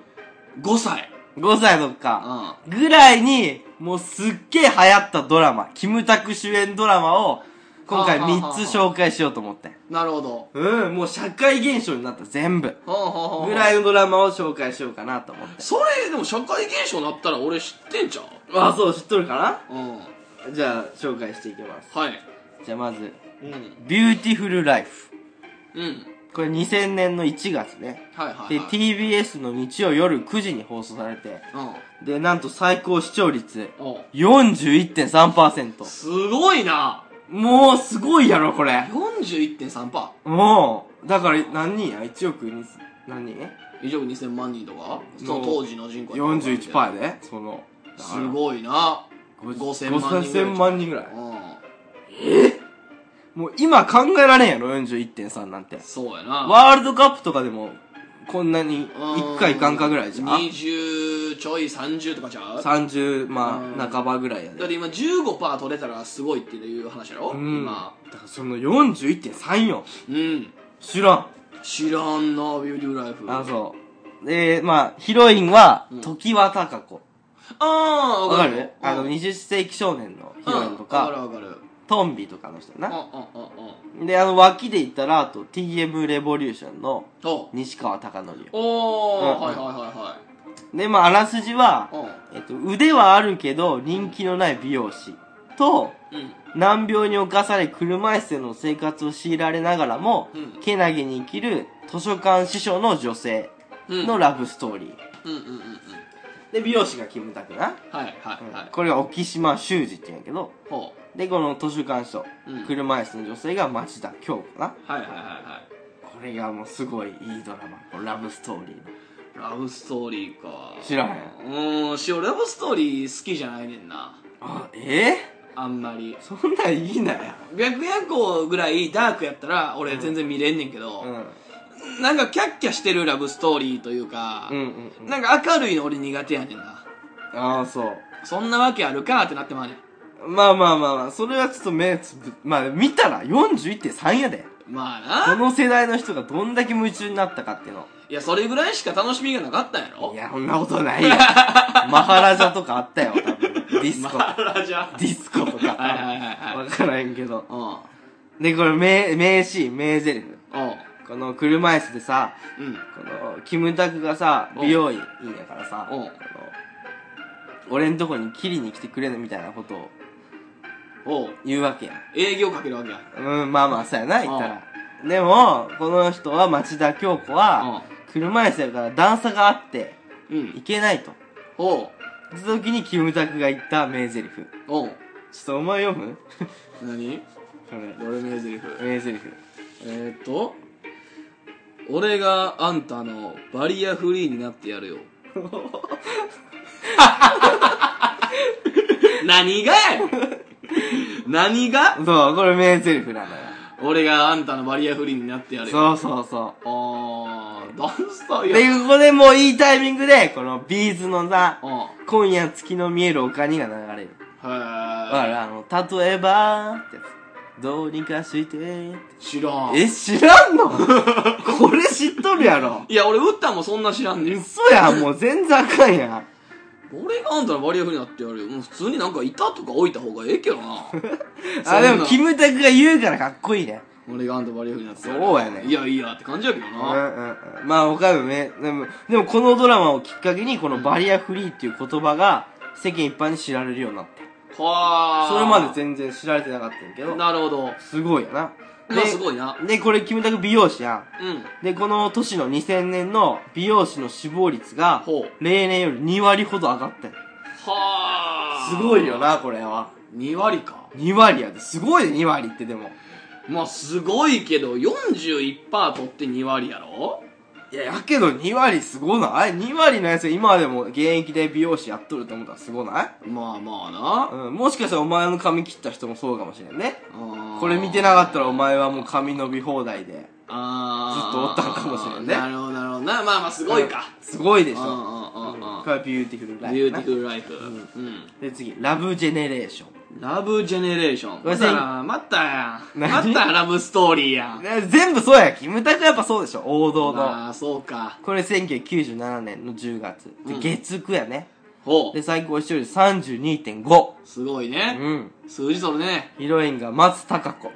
歳5歳とうか、んぐらいに、もうすっげえ流行ったドラマ、キムタク主演ドラマを、今回はあはあは3あつ紹介しようと思って。なるほどうん、もう社会現象になった、全部。ほうほうほうほうぐらいのドラマを紹介しようかなと思って。それでも社会現象になったら俺知ってんじゃあ、そう、知っとるかんうんなじゃあ、紹介していきます。はいじゃあ、まず、うんビューティフルライフ。うんこれ2000年の1月ね。はいはいで、はい TBS の日曜夜9時に放送されて、うで、なんと最高視聴率んお41.3%。すごいなもうすごいやろ、これ。 41.3%もう、だから何人や ?1 億2、何人以上2000万人とかその当時の人口やったから ?41% やで、その。すごいな5000万人ぐらい5000万人ぐらい。うんもう今考えられんやろ、41.3なんて。そうやなワールドカップとかでも、こんなに1回いかんかぐらいじゃん。 20ちょい30とかじゃう30、うまんあ、半ばぐらいやで。だって今15%取れたらすごいっていう話やろ、うん今だからその41.3よ。うん知らん。知らんなビューティーライフあ、そう。で、まあ、ヒロインはうん、常盤貴子。あーわかわかるるあの、うん20世紀少年のヒロインとか、うんわかるわかるトンビとかの人うんうんな。うんうんで、あの、脇で言ったら、あと、TM レボリューションのお西川貴教。おー、うんはいはで、まあ、あらすじはうん、えっと、腕はあるけど、人気のない美容師と、いはいはいうん難病に侵され車椅子での生活を強いられながらも、うんけなげに生きる図書館師匠の女性うんのラブストーリー。うんうんうんうんで、美容師がキムタクな。はいはいはいこれが沖島修二って言うんやけど、ほで、この図書館とうん車椅子の女性が町田京子な。うはいはいはいはいこれがもうすごいいいドラマ。これラブストーリーの。ラブストーリーか知らへん。うーんし俺ラブストーリー好きじゃないねんなあ、えあんまりー、そんなんいいなよ。白夜行ぐらいダークやったら俺全然見れんねんけど、うん。うんなんかキャッキャしてるラブストーリーというか、うんうん。なんか明るいの俺苦手やねんなああ、そう。そんなわけあるかってなってまうねんまあまあまあまあ、それはちょっと目つぶ、まあ見たら41.3やで。まこあなの世代の人がどんだけ夢中になったかっていうの。いやそれぐらいしか楽しみがなかったんやろいや、そんなことない よ。マハラジャとかあったよ、多分。ディスマ コ。ハラジャディスコとか。はいはいはいはいわからへんけど。うんおで、これ名、名シーン、名ゼリフ。うこの車椅子でさ、うんこの、キムタクがさ、うん美容院やからさ、うこんの俺んとこに切りに来てくれるみたいなことをおう言うわけや。営業かけるわけやうん、まあまあ、そうやな、言ったら。でも、この人は、町田京子は、車椅子やから段差があって、ういんけないと。おうその時にキムタクが言った名台詞。おうちょっとお前読む何 それ俺名台詞名台詞えー、っと俺があんたのバリアフリーになってやる よ何がやねん何がそうこれ名台詞なのよ俺があんたのバリアフリーになってやるよそうそうそあーダンスターうやでここでもういいタイミングでこのビーズのさあ「今夜月の見える丘に」が流れるだかへらあの「例えば」ってやつどうにかしてってえ知らんえ知らんのこれ知っとるやろいや俺歌もそんな知らんねん嘘やんもう全然あかんやん俺があんたのバリアフリーになってやるよもう普通になんか板とか置いた方がええけど なあでもそんなキムタクが言うからかっこいいね俺があんたバリアフリーになってるそうやねいやいやって感じやけどうんうな、んうんまあ他のねでもでもこのドラマをきっかけにこのバリアフリーっていう言葉が世間一般に知られるようになったはあそれまで全然知られてなかったんやけどなるほどすごいよなまあすごいなでこれキムタク美容師やんうんでこの年の2000年の美容師の死亡率がほう例年より2割ほど上がったんやはあすごいよなこれは2割か2割やですごいね2割ってでもまあすごいけど41%取って2割やろいや、やけど2割すごない ?2 割のやつ今でも現役で美容師やっとると思ったらすごないまあまあなうん、もしかしたらお前の髪切った人もそうかもしれんね。あーこれ見てなかったらお前はもう髪伸び放題で。あずっとおったんんかもしれんねなるほどなるほどなまあまあすごいか、すごいでしうょ。ん、うこんうんうんうんれはビューティフルライフ。ビューティフルライフ、うんで、次、ラブジェネレーション。ラブジェネレーションごめんなまさいたまたやんま何たラブストーリーやんね 全部そうや。キムタクやっぱそうでしょ。王道の。まあそうかこれ1997年の10月。うでん月9やね。ほで、最高視聴率32.5。うすごいうね、ん。数字取るねヒロインが松たか子。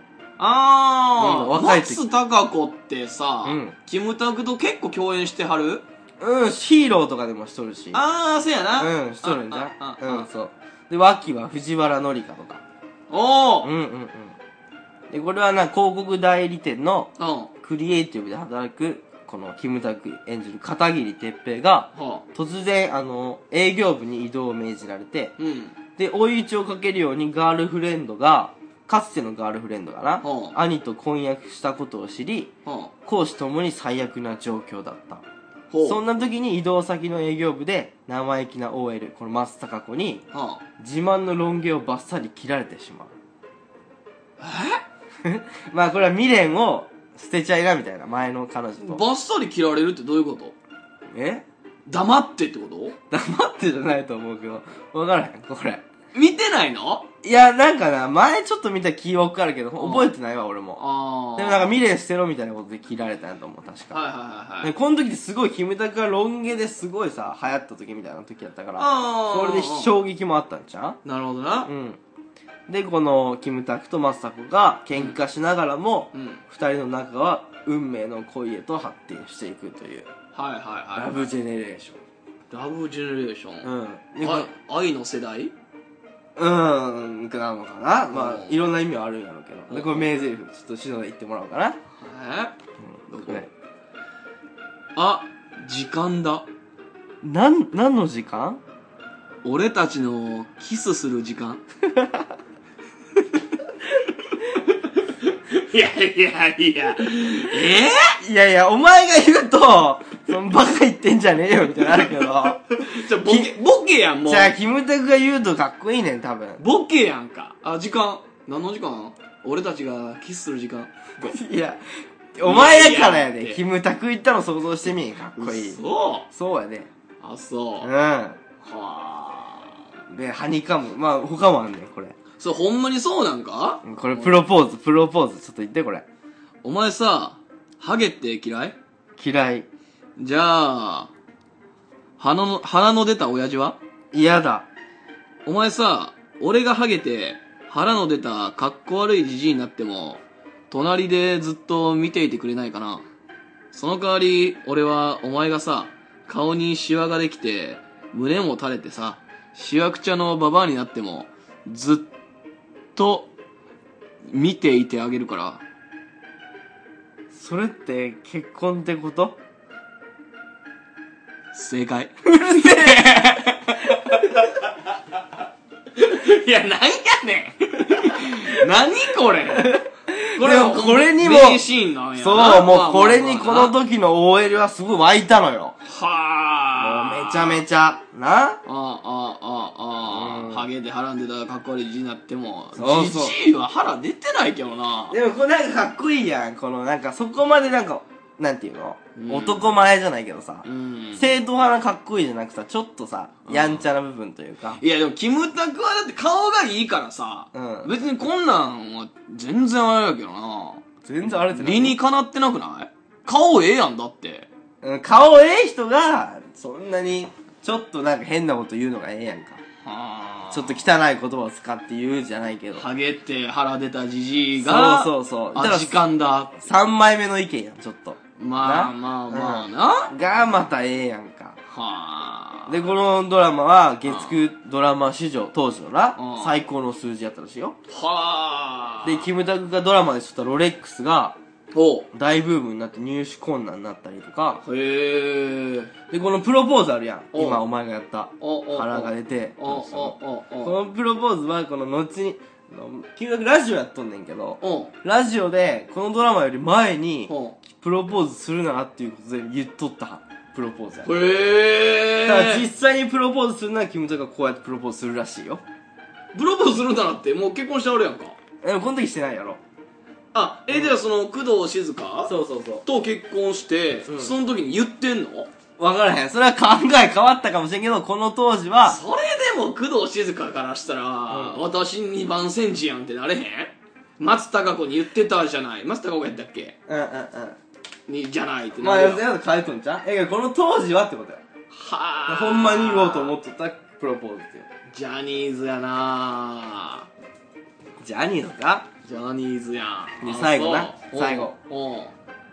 なあんーか若い時松たか子ってさ、うんキムタクと結構共演してはるうん、ヒーローとかでもしとるし。ああそうやなうん、しとるんじゃああん。あうん、そう。で、脇は藤原紀香とか。おうおんうんうん。で、これはな、広告代理店のうんはクリエイティブで働く、このキムタク演じる片桐哲平が、あ突然、あの、営業部に移動を命じられて、うんで、追い打ちをかけるようにガールフレンドが、かつてのガールフレンドがな、ほう兄と婚約したことを知り、は公私ともに最悪な状況だった。あほうそんな時に移動先の営業部で生意気な OL この松たか子には自慢のロン毛をバッサリ切られてしまうえ まあこれは未練を捨てちゃいなみたいな前の彼女あとバッサリ切られるってどういうことえ黙ってってこと黙ってじゃないと思うけど分からへんこれ見てないのいやなんかな前ちょっと見た記憶あるけど覚えてないわ俺もああでもなんか未練捨てろみたいなことで切られたんやと思う確かはいはいはいはでいこの時ってすごいキムタクがロン毛ですごいさ流行った時みたいな時やったからああそれで衝撃もあったんちゃうなるほどなうん。で、この、キムタクとマスタコが喧嘩しながらも、うん二人の仲は運命の恋へと発展していくという、はいはいはいラブジェネレーシラブジェネレーショョン、ン。うん。でこあ愛の世代うーん、なのかなまうあ、んいろんな意味はあるんやろうけど。で、これ名台詞、ちょっと篠田言ってもらおうかな。えうどこねあ時間だなん、何の時間俺たちのキスする時間 いやいやいやえいやいや、お前が言うと、そのバカ言ってんじゃねえよ、みたいになるけど。ー、じゃボケボケやんもうじゃあ、キムタクが言うとかっこいいねん、多分。ボケやんかあ時間何の時間俺たちがキスする時間いや、お前やからやいやいで。やキムタク行ったの想像してみかっこいい。そそうやね。うあそう、はうあん。で、ハニカム。まあ、他もあんねん、これ。それほんまにそうなんかこれ、プロポーズ、プロポーズ。ちょっと言って、これ。お前さハゲって嫌い嫌い。じゃあ、鼻の、鼻の出た親父は嫌だ。お前さ、俺がハゲて、腹の出たかっこ悪いじじいになっても、隣でずっと見ていてくれないかな。その代わり、俺はお前がさ、顔にシワができて、胸も垂れてさ、しわくちゃのババアになっても、ずっと、見ていてあげるから。それって、結婚ってこと正解。いや、なんやねん 何これこれでもこれにも名シーンなんや なそう、もうこれにこの時の OL はすごい湧いたのよ。はあもうめちゃめちゃ。なああああああ、うんハゲで腹んでたらかっこ悪いじじいになってもそうそうじじいは腹出てないけどなでもこれなんかかっこいいやん。このなんかそこまでなんか、なんていうの、うん男前じゃないけどさう。ん正統派なかっこいいじゃなくさ、ちょっとさ、やんちゃな部分というか。いやでもキムタクはだって顔がいいからさ、うん別にこんなんは全然あれだけどな全然あれって理にかなってなくない顔ええやんだってうん、顔ええ人が、そんなに、ちょっとなんか変なこと言うのがええやんか。はあちょっと汚い言葉を使って言うじゃないけど。ハゲって腹出たじじいがそうそうそう。だかあら時、間だ3枚目の意見やん、ちょっと。まなあまあまあうんな、はが、またええやんか。あで、このドラマは、月9ドラマ史上、当時のうな、ん最高の数字やったらしいよ。はあで、キムタクがドラマでしとったロレックスが、ほ大ブームになって入手困難になったりとか、うへえで、このプロポーズあるやん。お今お前がやった。おお腹が出て。おおおこのプロポーズはこの後にあの金額ラジオやっとんねんけどおおラジオでこのドラマより前におプロポーズするならっていうことで言っとったプロポーズやおへだから実え際にプロポーズするならキムタクがこうやってプロポーズするらしいよプロポーズするならってもう結婚してあるやんかでもこの時してないやろあえじゃあその工藤静香そうそうそと結婚して、うんその時に言ってんのう分からへんそれは考え変わったかもしれんけどこの当時はそれでも工藤静香からしたら、私に番センチやんってなれへん松たか子に言ってたじゃない松たか子やったっけうんうんうにじゃないってまなあるや要ん、するに変えとんちゃうえこの当時はってことやはあほんまに言おうと思っとったプロポーズっていうジャニーズやなジャニーズかジャニーズやんであ最後なそう最後うんうん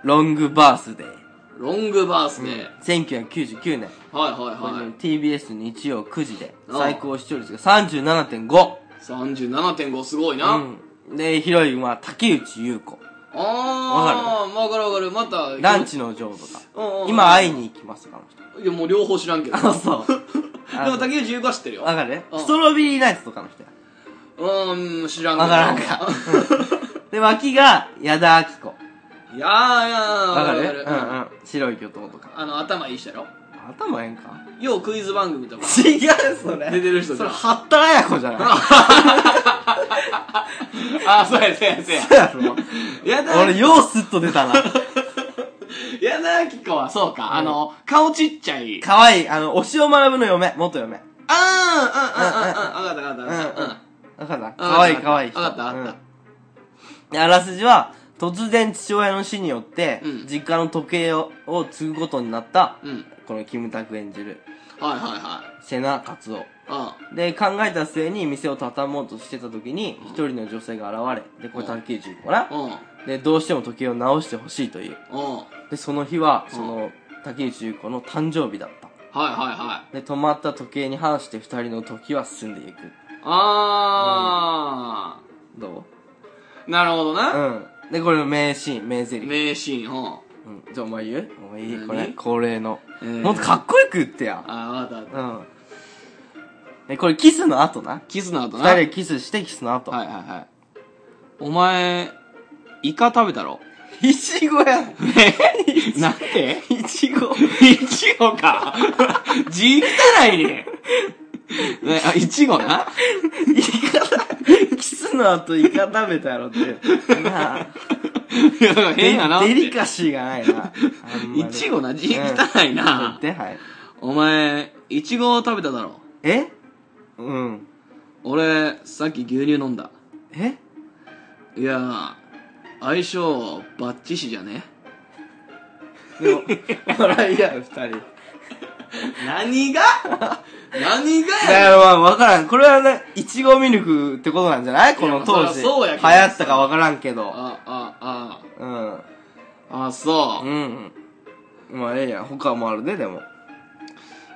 ロングバースデーロングバースデー、 1999年、はいはいはい TBS 日曜9時でうん最高視聴率が37.5 37.5すごいな、うんでヒロインは竹内優子ああわかるわかるまたランチの女王とかうんうん今会いに行きますかの人いやもう両方知らんけどあそうでも竹内優子は知ってる よわかるうんストロベリーナイツとかの人やうーん知らんけどわからんかで脇が矢田亜希子 いやーいやーわかるるうんうん白い巨頭とかあの頭いい人やろ頭ええんかようクイズ番組とか違うそれ出てる人じそゃんれ八田綾子じゃない あそうやそうやそうやそうやろやだ俺ようスッと出たな矢田亜希子はそうか、あの、顔ちっちゃい。可愛いあの、推しを学ぶの嫁、元嫁。あー、うん、うん、うん、うん、うん、わかった、わかっわかった可愛い可愛い人。わかったわかったうんであらすじは、突然父親の死によって、うん実家の時計をを継ぐことになった、た。うん。うん。このキムタク演じる、はいはいはい。瀬名勝夫。あで、考えた末に店を畳もうとしてた時に、一人の女性が現れ、で、これ竹内優子な。うん、うん、で、どうしても時計を直してほしいという。はいで、その日は、その、竹内優子の誕生日だった。はいはい。で、止まった時計に反して二人の時は進んでいく。あどうー、なるほどな。うん。で、これの名シーン、名ゼリフ。名シーン、うん。うん。じゃあお前言うお前いい何これ、恒例の。えーもっとかっこよく言ってや。あー、わかったわかっうん。え、これキスの後なた。。キスの後な。二人キスしてキスの後。はいはいはい。お前、イカ食べたろ い。ちごやん。え なんていち ご。いちごか。字汚いね。ね、あ、いちごな。イカ、キスの後イカ食べたやろっ て。なあ。いや、だから変やなって。デリカシーがないな。あんまりいちごな、字汚い言っな。て、はい。お前、いちごを食べただろ。えうん。俺、さっき牛乳飲んだ。えいや、相性、バッチシじゃねでも、笑い合う二人。何が 何がだからまあ分からん。これはね、いちごミルクってことなんじゃないこの当時。いやまあそりゃそうや流けど行ったか分からんけど。あ、あ、うん。あ、あ、そうう。ん。まあええやん。他もあるね、でも。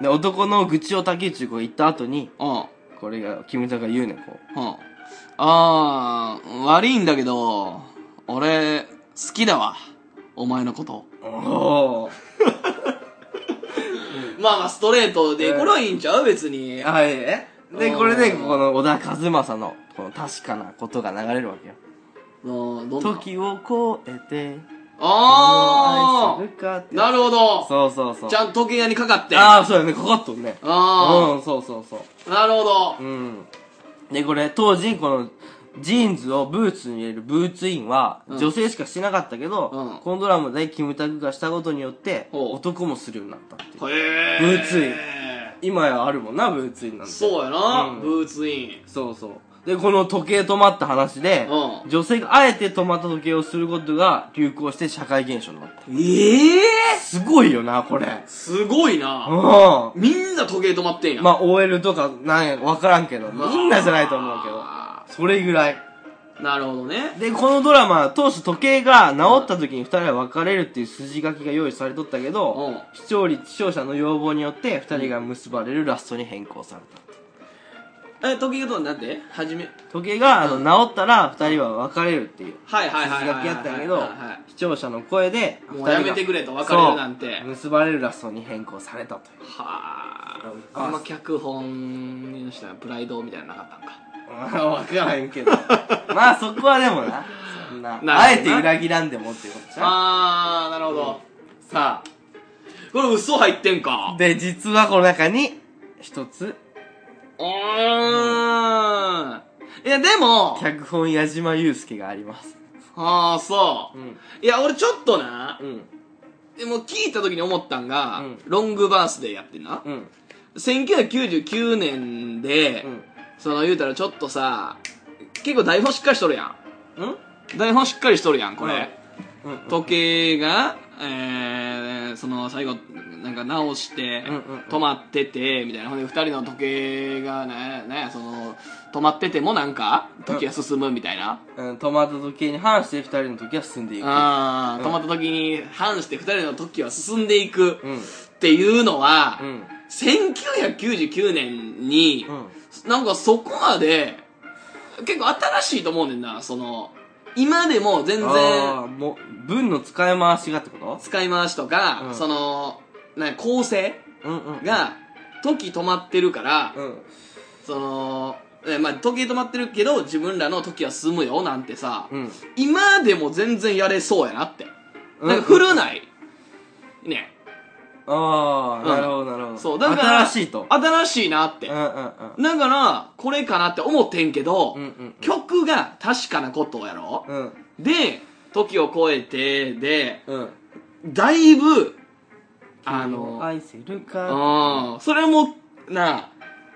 で、男の愚痴を竹内子が言った後に、うん、うん。これが、キムタクが言うねん、こう。あー、悪いんだけど、俺、好きだわ。お前のこと。おお。まあまあ、ストレートで、えーこれはいいんちゃう別に。はい。えで、これで、あーこの小田和正の、この確かなことが流れるわけよ。あーどんな時を超えて、あ愛するかってあなるほどそうそうそう。ちゃんと時計屋にかかってあああ、そうやね、かかっとるね。あうん、そうそうそう。ー、なるほどうん。で、これ、当時、この、ジーンズをブーツに入れるブーツインは、うん女性しかしてなかったけど、うんこのドラマでキムタクがしたことによって、ほう男もするようになったっていう。へえブーツイン今やあるもんな、ブーツインなんて。そうやな、うんブーツインそうそう。で、この時計止まった話で、う女性があえて止まった時計をすることが流行して社会現象になった。ええすごいよな、これ。すごいうな、ん。みんな時計止まってんや、まあ、OL とか、なんや、わからんけど、みんなじゃないと思うけど、あそれぐらい。ーなるほどねで、このドラマ、当初時計が治った時に二人は別れるっていう筋書きが用意されとったけど、うん視聴率、視聴者の要望によって二人が結ばれるラストに変更された。え時計がどうなんて始め時計が、あの、治ったら二人は別れるっていう。はいはいはい筋は書いきやったんやけどはいはいはい、視聴者の声で、もうやめてくれと別れるなんてそう結ばれるラストに変更されたという。はああんま脚本にしたらプライドみたいなのなかったんかまあ、 わからへんけど。まあ、そこはでもな、そんななるほど、なあえて裏切らんでもっていうことじゃん。あーなるほど、さこれ嘘入ってんかあ、で、実はこの中に、一つ、うーんいやでも脚本矢島祐介があります。ああそう、ん。いや俺ちょっとなうん。でも聞いた時に思ったんが、うんロングバースデーやってんな、うん。 1999年で、うん。その言うたらちょっとさ結構台本しっかりしとるやうんん台本しっかりしとるやんこれ、うん。時計が、えー、その最後なんか直して、うんうんうん止まっててみたいなほんで2人の時計がねねその止まっててもなんか時が進むみたいな、うん、止まった時計に反して二人の時は進んでいく。あーうん止まった時に反して2人の時は進んでいくうん。っていうのは、うん。 1999年に、うん。なんかそこまで結構新しいと思うねんなその今でも全然あーもう、文の使い回しがってこと使い回しとか、うんそのなんか構成うんうんが、が時止まってるから、うん。その、えまあ、時計止まってるけど自分らの時は進むよなんてさ、うん。今でも全然やれそうやなってなんかうん古ない、ねあうんあ、なるほど、なるほど。そうだから新しいと。新しいなって、うんうんうん。だからこれかなって思ってんけど、うんうん。曲が確かなことやろ、うん。で時を超えてでうん。だいぶああの、の愛せるか。うんそれもな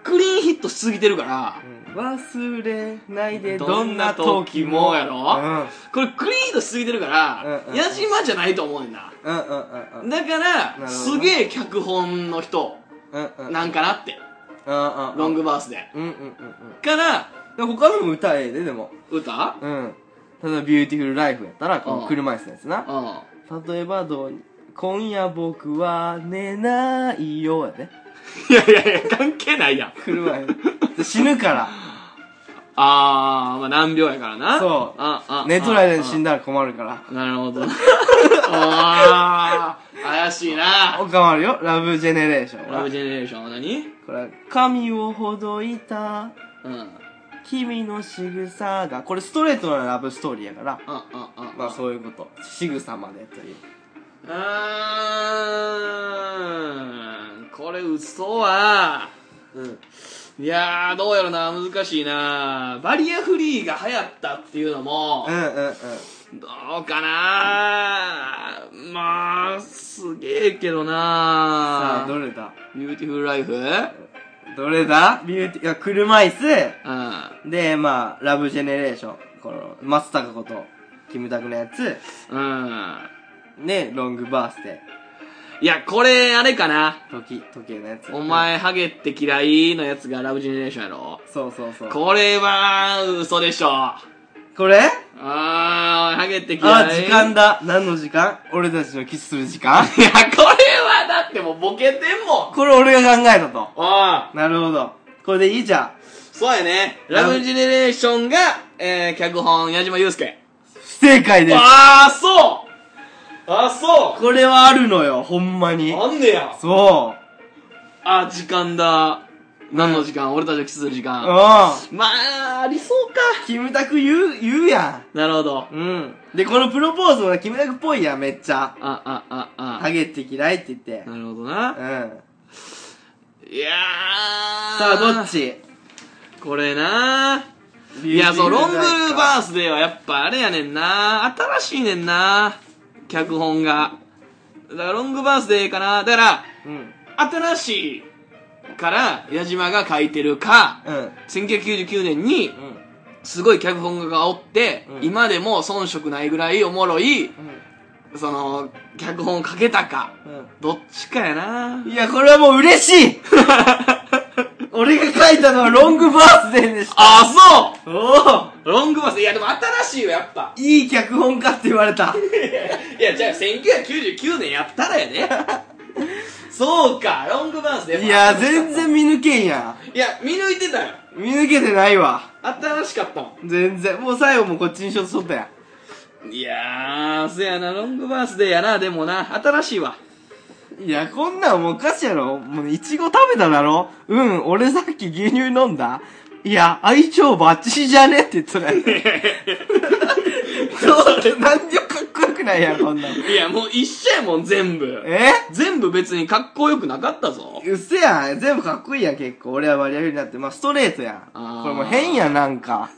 クリーンヒットしすぎてるから、うん忘れないで、どどんんなな時時もも。やろうん。これクリーンヒットしすぎてるから、うんうん矢島じゃないと思うねんだうんうんうんうん。だから、ほどなすげえ脚本の人うんうん。なんかなって、うんうん。ロングバースでうんうんうんうん。からで他のも歌ええで、でも。歌うん。例えば、ビューティフルライフやったら、この車椅子のやつな。 うん例えば、どう今夜僕は寝ないよ、やね。いやいやいや関係ないやん車椅子。死ぬから。あー、まあ難病やから なそうああ寝とる間に死んだだら困るから。なる ほどあー怪しいなおかまるよ、ラブジェネレーションラはブ。ジェネレーションは何これは、髪をほどいた、うんうん君の仕草が。これストレートなラブストーリーやから。うんうんまあそういうこと。仕草までという。うーんこれ嘘はうん。いやーどうやろな難しいなバリアフリーが流行ったっていうのもうんうんうん。どうかなまあすげえけどさなあ、どれだビューティフルライフうんどれだビューティ、いや、車椅子。うで、まあ、ラブジェネレーション。この、松たか子と、キムタクのやつ。んね、ロングバースデいやこれあれかなー。時、時計のやつ。お。前ハゲって嫌いのやつがラブジェネレーションやろそうそうそう。ここれは嘘でしょあれあハゲって嫌いあ、時間だ。何の時間俺たちのキスする時間いや、これはだってもうボケてんもん。これ俺が考えたと。ああ、なるほど。これでいいじゃん。そうやね。ラブジェネレーションが、えー、脚本、矢島祐介。不正解です。ああ、そうああ、そこれはあるのよ、ほんまに。んねや。そあ、時間だ。何の時間俺たちがキスする時間。うまあ、ありそうか。ん。キムタク言う、言うやなるほど。ん。うん。で、このプロポーズもキムタクっぽいやん、めっちゃ。あ、あ、あ、あ。ハゲって嫌いって言って。なるほどなう。ん。いやー。さあ、どっちこれな。いや、そう、ロングルバースデーはやっぱあれやねんな。新しいねんな。脚本が。だから、ロングバースデーかな。だから、うん。新しいから矢島が書いてるか、うん。 1999年にうん。すごい脚本家がおって、うん今でも遜色ないぐらいおもろい、その、脚本を書けたか。うん。どっちかやな うん。いや、これはもう嬉しい 俺が書いたのはロングバースデーでした。あ、そおおうロングバース、いやでも新しいよ、やっぱ。いい脚本家って言われた。いや、じゃあ1999年やったらやね。そうか、ロングバースで。いや、全。然見抜けんやいや、見抜いてたよ。ん。見抜けてないわ。新しかったも全然。もう最後もこっちにしようとしとったやん。ん。いやー、そやな、ロングバースデーやな、でもな、新しい わ。いや、こんなんもうお菓子やろもう、いちご食べただろうん、俺さっき牛乳飲んだいや、相性バッチリじゃねって言ってたやん。そう、なんでもかっこよくないやん、こんなん。いや、もう一緒やもん、全部。え全部別にかっこよくなかったぞ。うっせやん。全部かっこいいやん、結構。俺は割り上げになって。まあ、ストレートやん。あーこれもう変やん、なんか。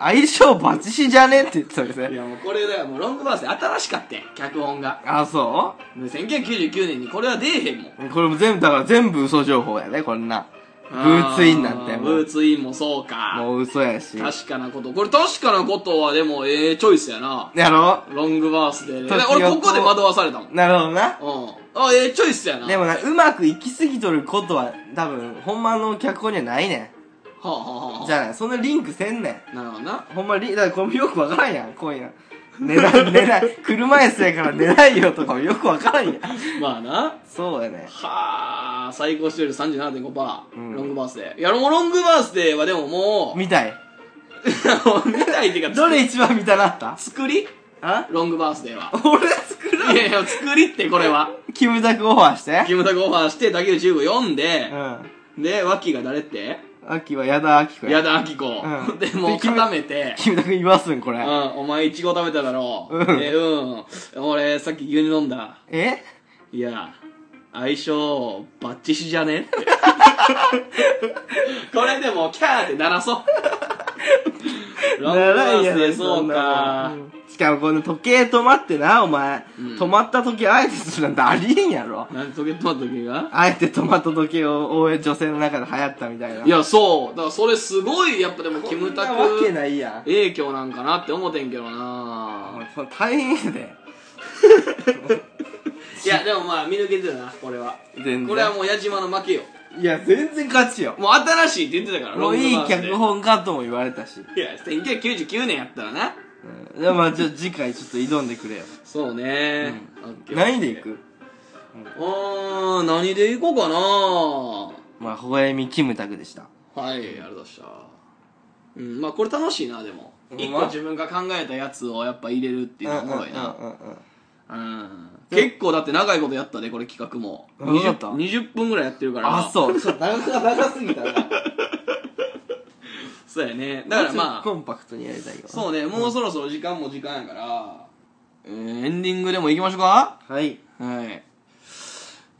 相性バッチリじゃねって言ってたですいね。や、もうこれだよ、もうロングバースデー新しかったよ脚本が。あ、そ1999年にこれは出えへんもん。うこれも全部、だから全部嘘情報やね、こんな。ブーツインなんてあーもブーう。ツインもそうか。もう嘘やし。確かなこと。これ確かなことはでもええチョイスやな。やろロングバースデーで。時を俺ここで惑わされたもん。うん。なるほどな。あ、ええチョイスやな。でもはな、うまくいきすぎとることは、多分、ほんまの脚本にはないねあ、はあはん。あ、じゃない、そんなリンクせんねなるほどな。ん。ほんまリ、だからこれもよくわからんやん、今夜。寝ない、 寝ない、車椅子やから寝ないよとかもよくわからんやん。まあな。そうやね。はあ、最高視聴率37.5%、うんロングバースデー。いや、もうロングバースデーはでもも う、見たい。見たいっていうか、どれ一番見たなった作りあロングバースデーは。俺作らんいやいや、作りってこれは。キムタクオファーして。キムタクオファーして、竹内優子読んうで、ん。で、ワッキーが誰って秋は矢田秋子矢や。田亜希子。うんで、もう固めて、キムタク言わすん、こうれ。ん、お前イチゴ食べただろう。うんえうん。俺、さっき牛乳飲んだ。えいや、相性、バッチシじゃねって。 これでも、キャーって鳴ら そう。ロングバースデー、そうか。しかもこの時計止まってな、お前。うん止まった時あえてするなんてありえんやろ。なんで時計止まった時があえて止まった時計を応援女性の中で流行ったみたいな。い、や、そう。だからそれすごい、やっぱでも、キムタわけクないやん。影響なんかなって思ってんけどおな前その大変やで。いや、でもまあ、見抜けてたな、これは。全然。これはもう矢島の負けよ。いや、全然勝ちよ。もう新しいって言ってたから、もういい脚本本家とも言われたし。いや、1999年やったらな。うん。でまあ、じゃあ次回ちょっと挑んでくれよ。そうね、オッケー何でいくうーん、何でいこうかなまあ、微笑みキムタクでした。はい、ありがとうございました。うん、まあこれ楽しいな、でも。うん一ま個自分が考えたやつをやっぱ入れるっていうのはおもろいな。うんうんうんうん。うん。結構だって長いことやったで、これ企画も。あそうだった 20, 20分ぐらいやってるからな。あ、そう。ちょっと長さが長すぎたな。 そうやね。だからまコあ、ンパクトにやりたいよ。そうね、もうそろそろ時間も時間やから、えーエンディングでも行きましょうかはい。はい。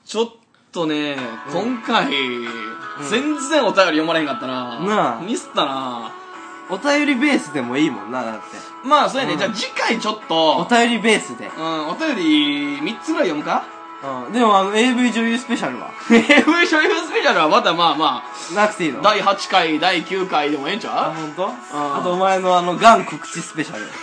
ちょっとね、今回、全然お便り読まれへんかったな。なあミスったな。お便りベースでもいいもんな、だって。まあ、そうやね。うんじゃあ次回ちょっおと、便りベースで。うん、お便り3つぐらい読むか うん。でも、あの、AV 女優スペシャルは。 ?AV 所有スペシャルはまたまあまあ、なくていいの第8回、第9回でもええんちあ、ゃ うほんとあとお前のあの、ガン告知スペシャル。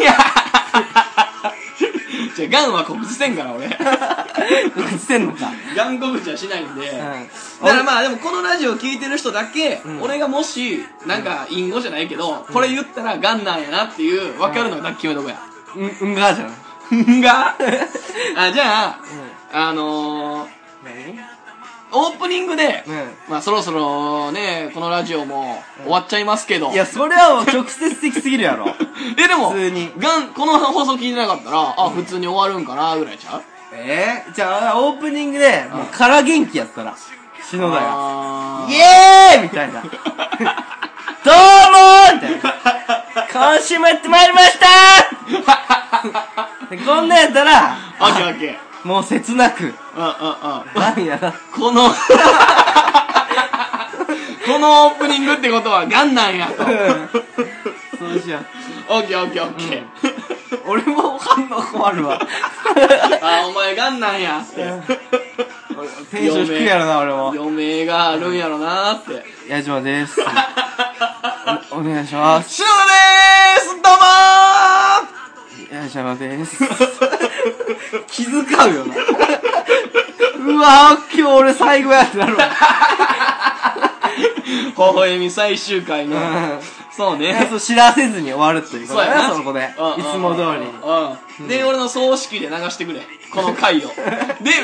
じゃあ、ガンは告知せんから、 俺。告知せんのか。ガン告知はしないんで。うん。だからまあでもこのラジオ聞いてる人だけ、うん俺がもしなんか隠語じゃないけど、これ言ったらガンなんやなっていう分かるのがだけ決めとこや、うん、うんがじゃん。が あじゃあ、あのー、何オープニングで、うまあそろそろねこのラジオも終わっちゃいますけど、ん。いや、それはもう直接的すぎるやろ。えでも普通にガンこの放送聞いてなかったらあ普通に終わるんかなぐらいちゃうえー、じゃあ、オープニングで、もう、から元気やったら。篠田が。あーイエーイみ たいな。どうもーみたいな。今週もやってまいりま したーこんなんやったら、オッケーオッケー。もう切なく、うんうんうん。涙が。このこのオープニングってことはガンなんやと。そうしよう。オッケーオッケーオッケー。俺も反応困るわ。あ、お前ガンなんやって。俺 テンション低いやろな、俺も。余命があるんやろなーって。矢島です。おお願いします。シロでーすどうも矢島です。気遣うよな。 うわー、今日俺最後やってなるわ。ー微笑み最終回の。そういやね。そう知らせずに終わるということだね、そこで。いうんうんつも通りに。うん。で、俺の葬式で流してくれ。この回を。で、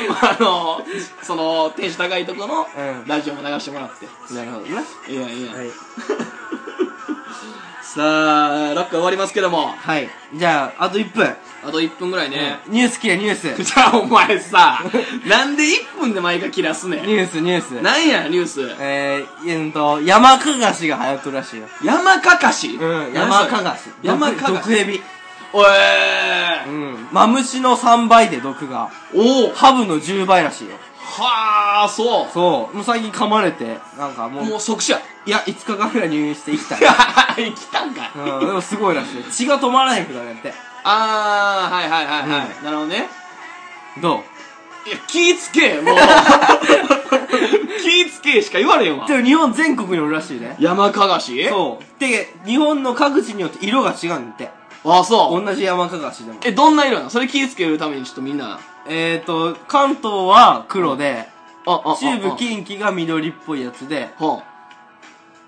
あの、その、テンション高いとこのうんラジオも流してもらって。なるほどね。いやいや。はい。さあ、ラック終わりますけども、はい。じゃあ、あと1分。あと1分ぐらいね。ニュース切れ、ニュース。 じゃあお 前さ、なんで1分で毎回切らすねニん。ュース、ニュース。なんや、ニュース。えー、えーっと、山かがしが流行ってるらしいよ。山かかし。山かがし。山か毒が毒し。蛇。おうえん。マムシの3倍で毒が。おおハブの10倍らしいよ。はあ、そそう。もう最近噛まれて、なんかもう。う、もう即死や。 いや、5日間ぐらい入院して生きたよ。生きたんかい。うん。でもすごいらしいよ。血が止まらへんくなるんやって。あー、はいはいはいはい。なるほどね。どういや、気ぃつけ、 もう。気ぃつけしか言われへんわで。も日本全国におるらしいね。山かがしそう。で、日本の各地によって色が違うんだって。あ、そう。同じ山かがしでも。え、どんな色なのそれ気ぃつけるためにちょっとみんな。えーと、関東は黒で、あ、あ、中あ部、近畿が緑っぽいやつで、は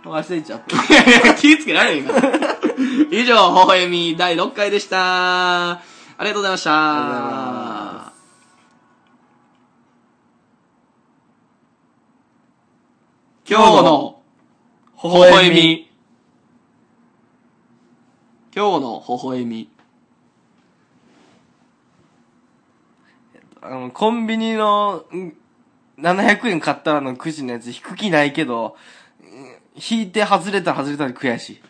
忘れちゃっあ、いやいや、気ぃつけられへんから。 以上、ほほえみ第6回でした。ありがとうございました。ありがとうございます今日の、た。ほほえ。み。今日の、ほほえみ。あの、コンビニの、うん700円買ったらのくじのやつ引く気ないけど、うん引いて外れたら外れたら悔しい。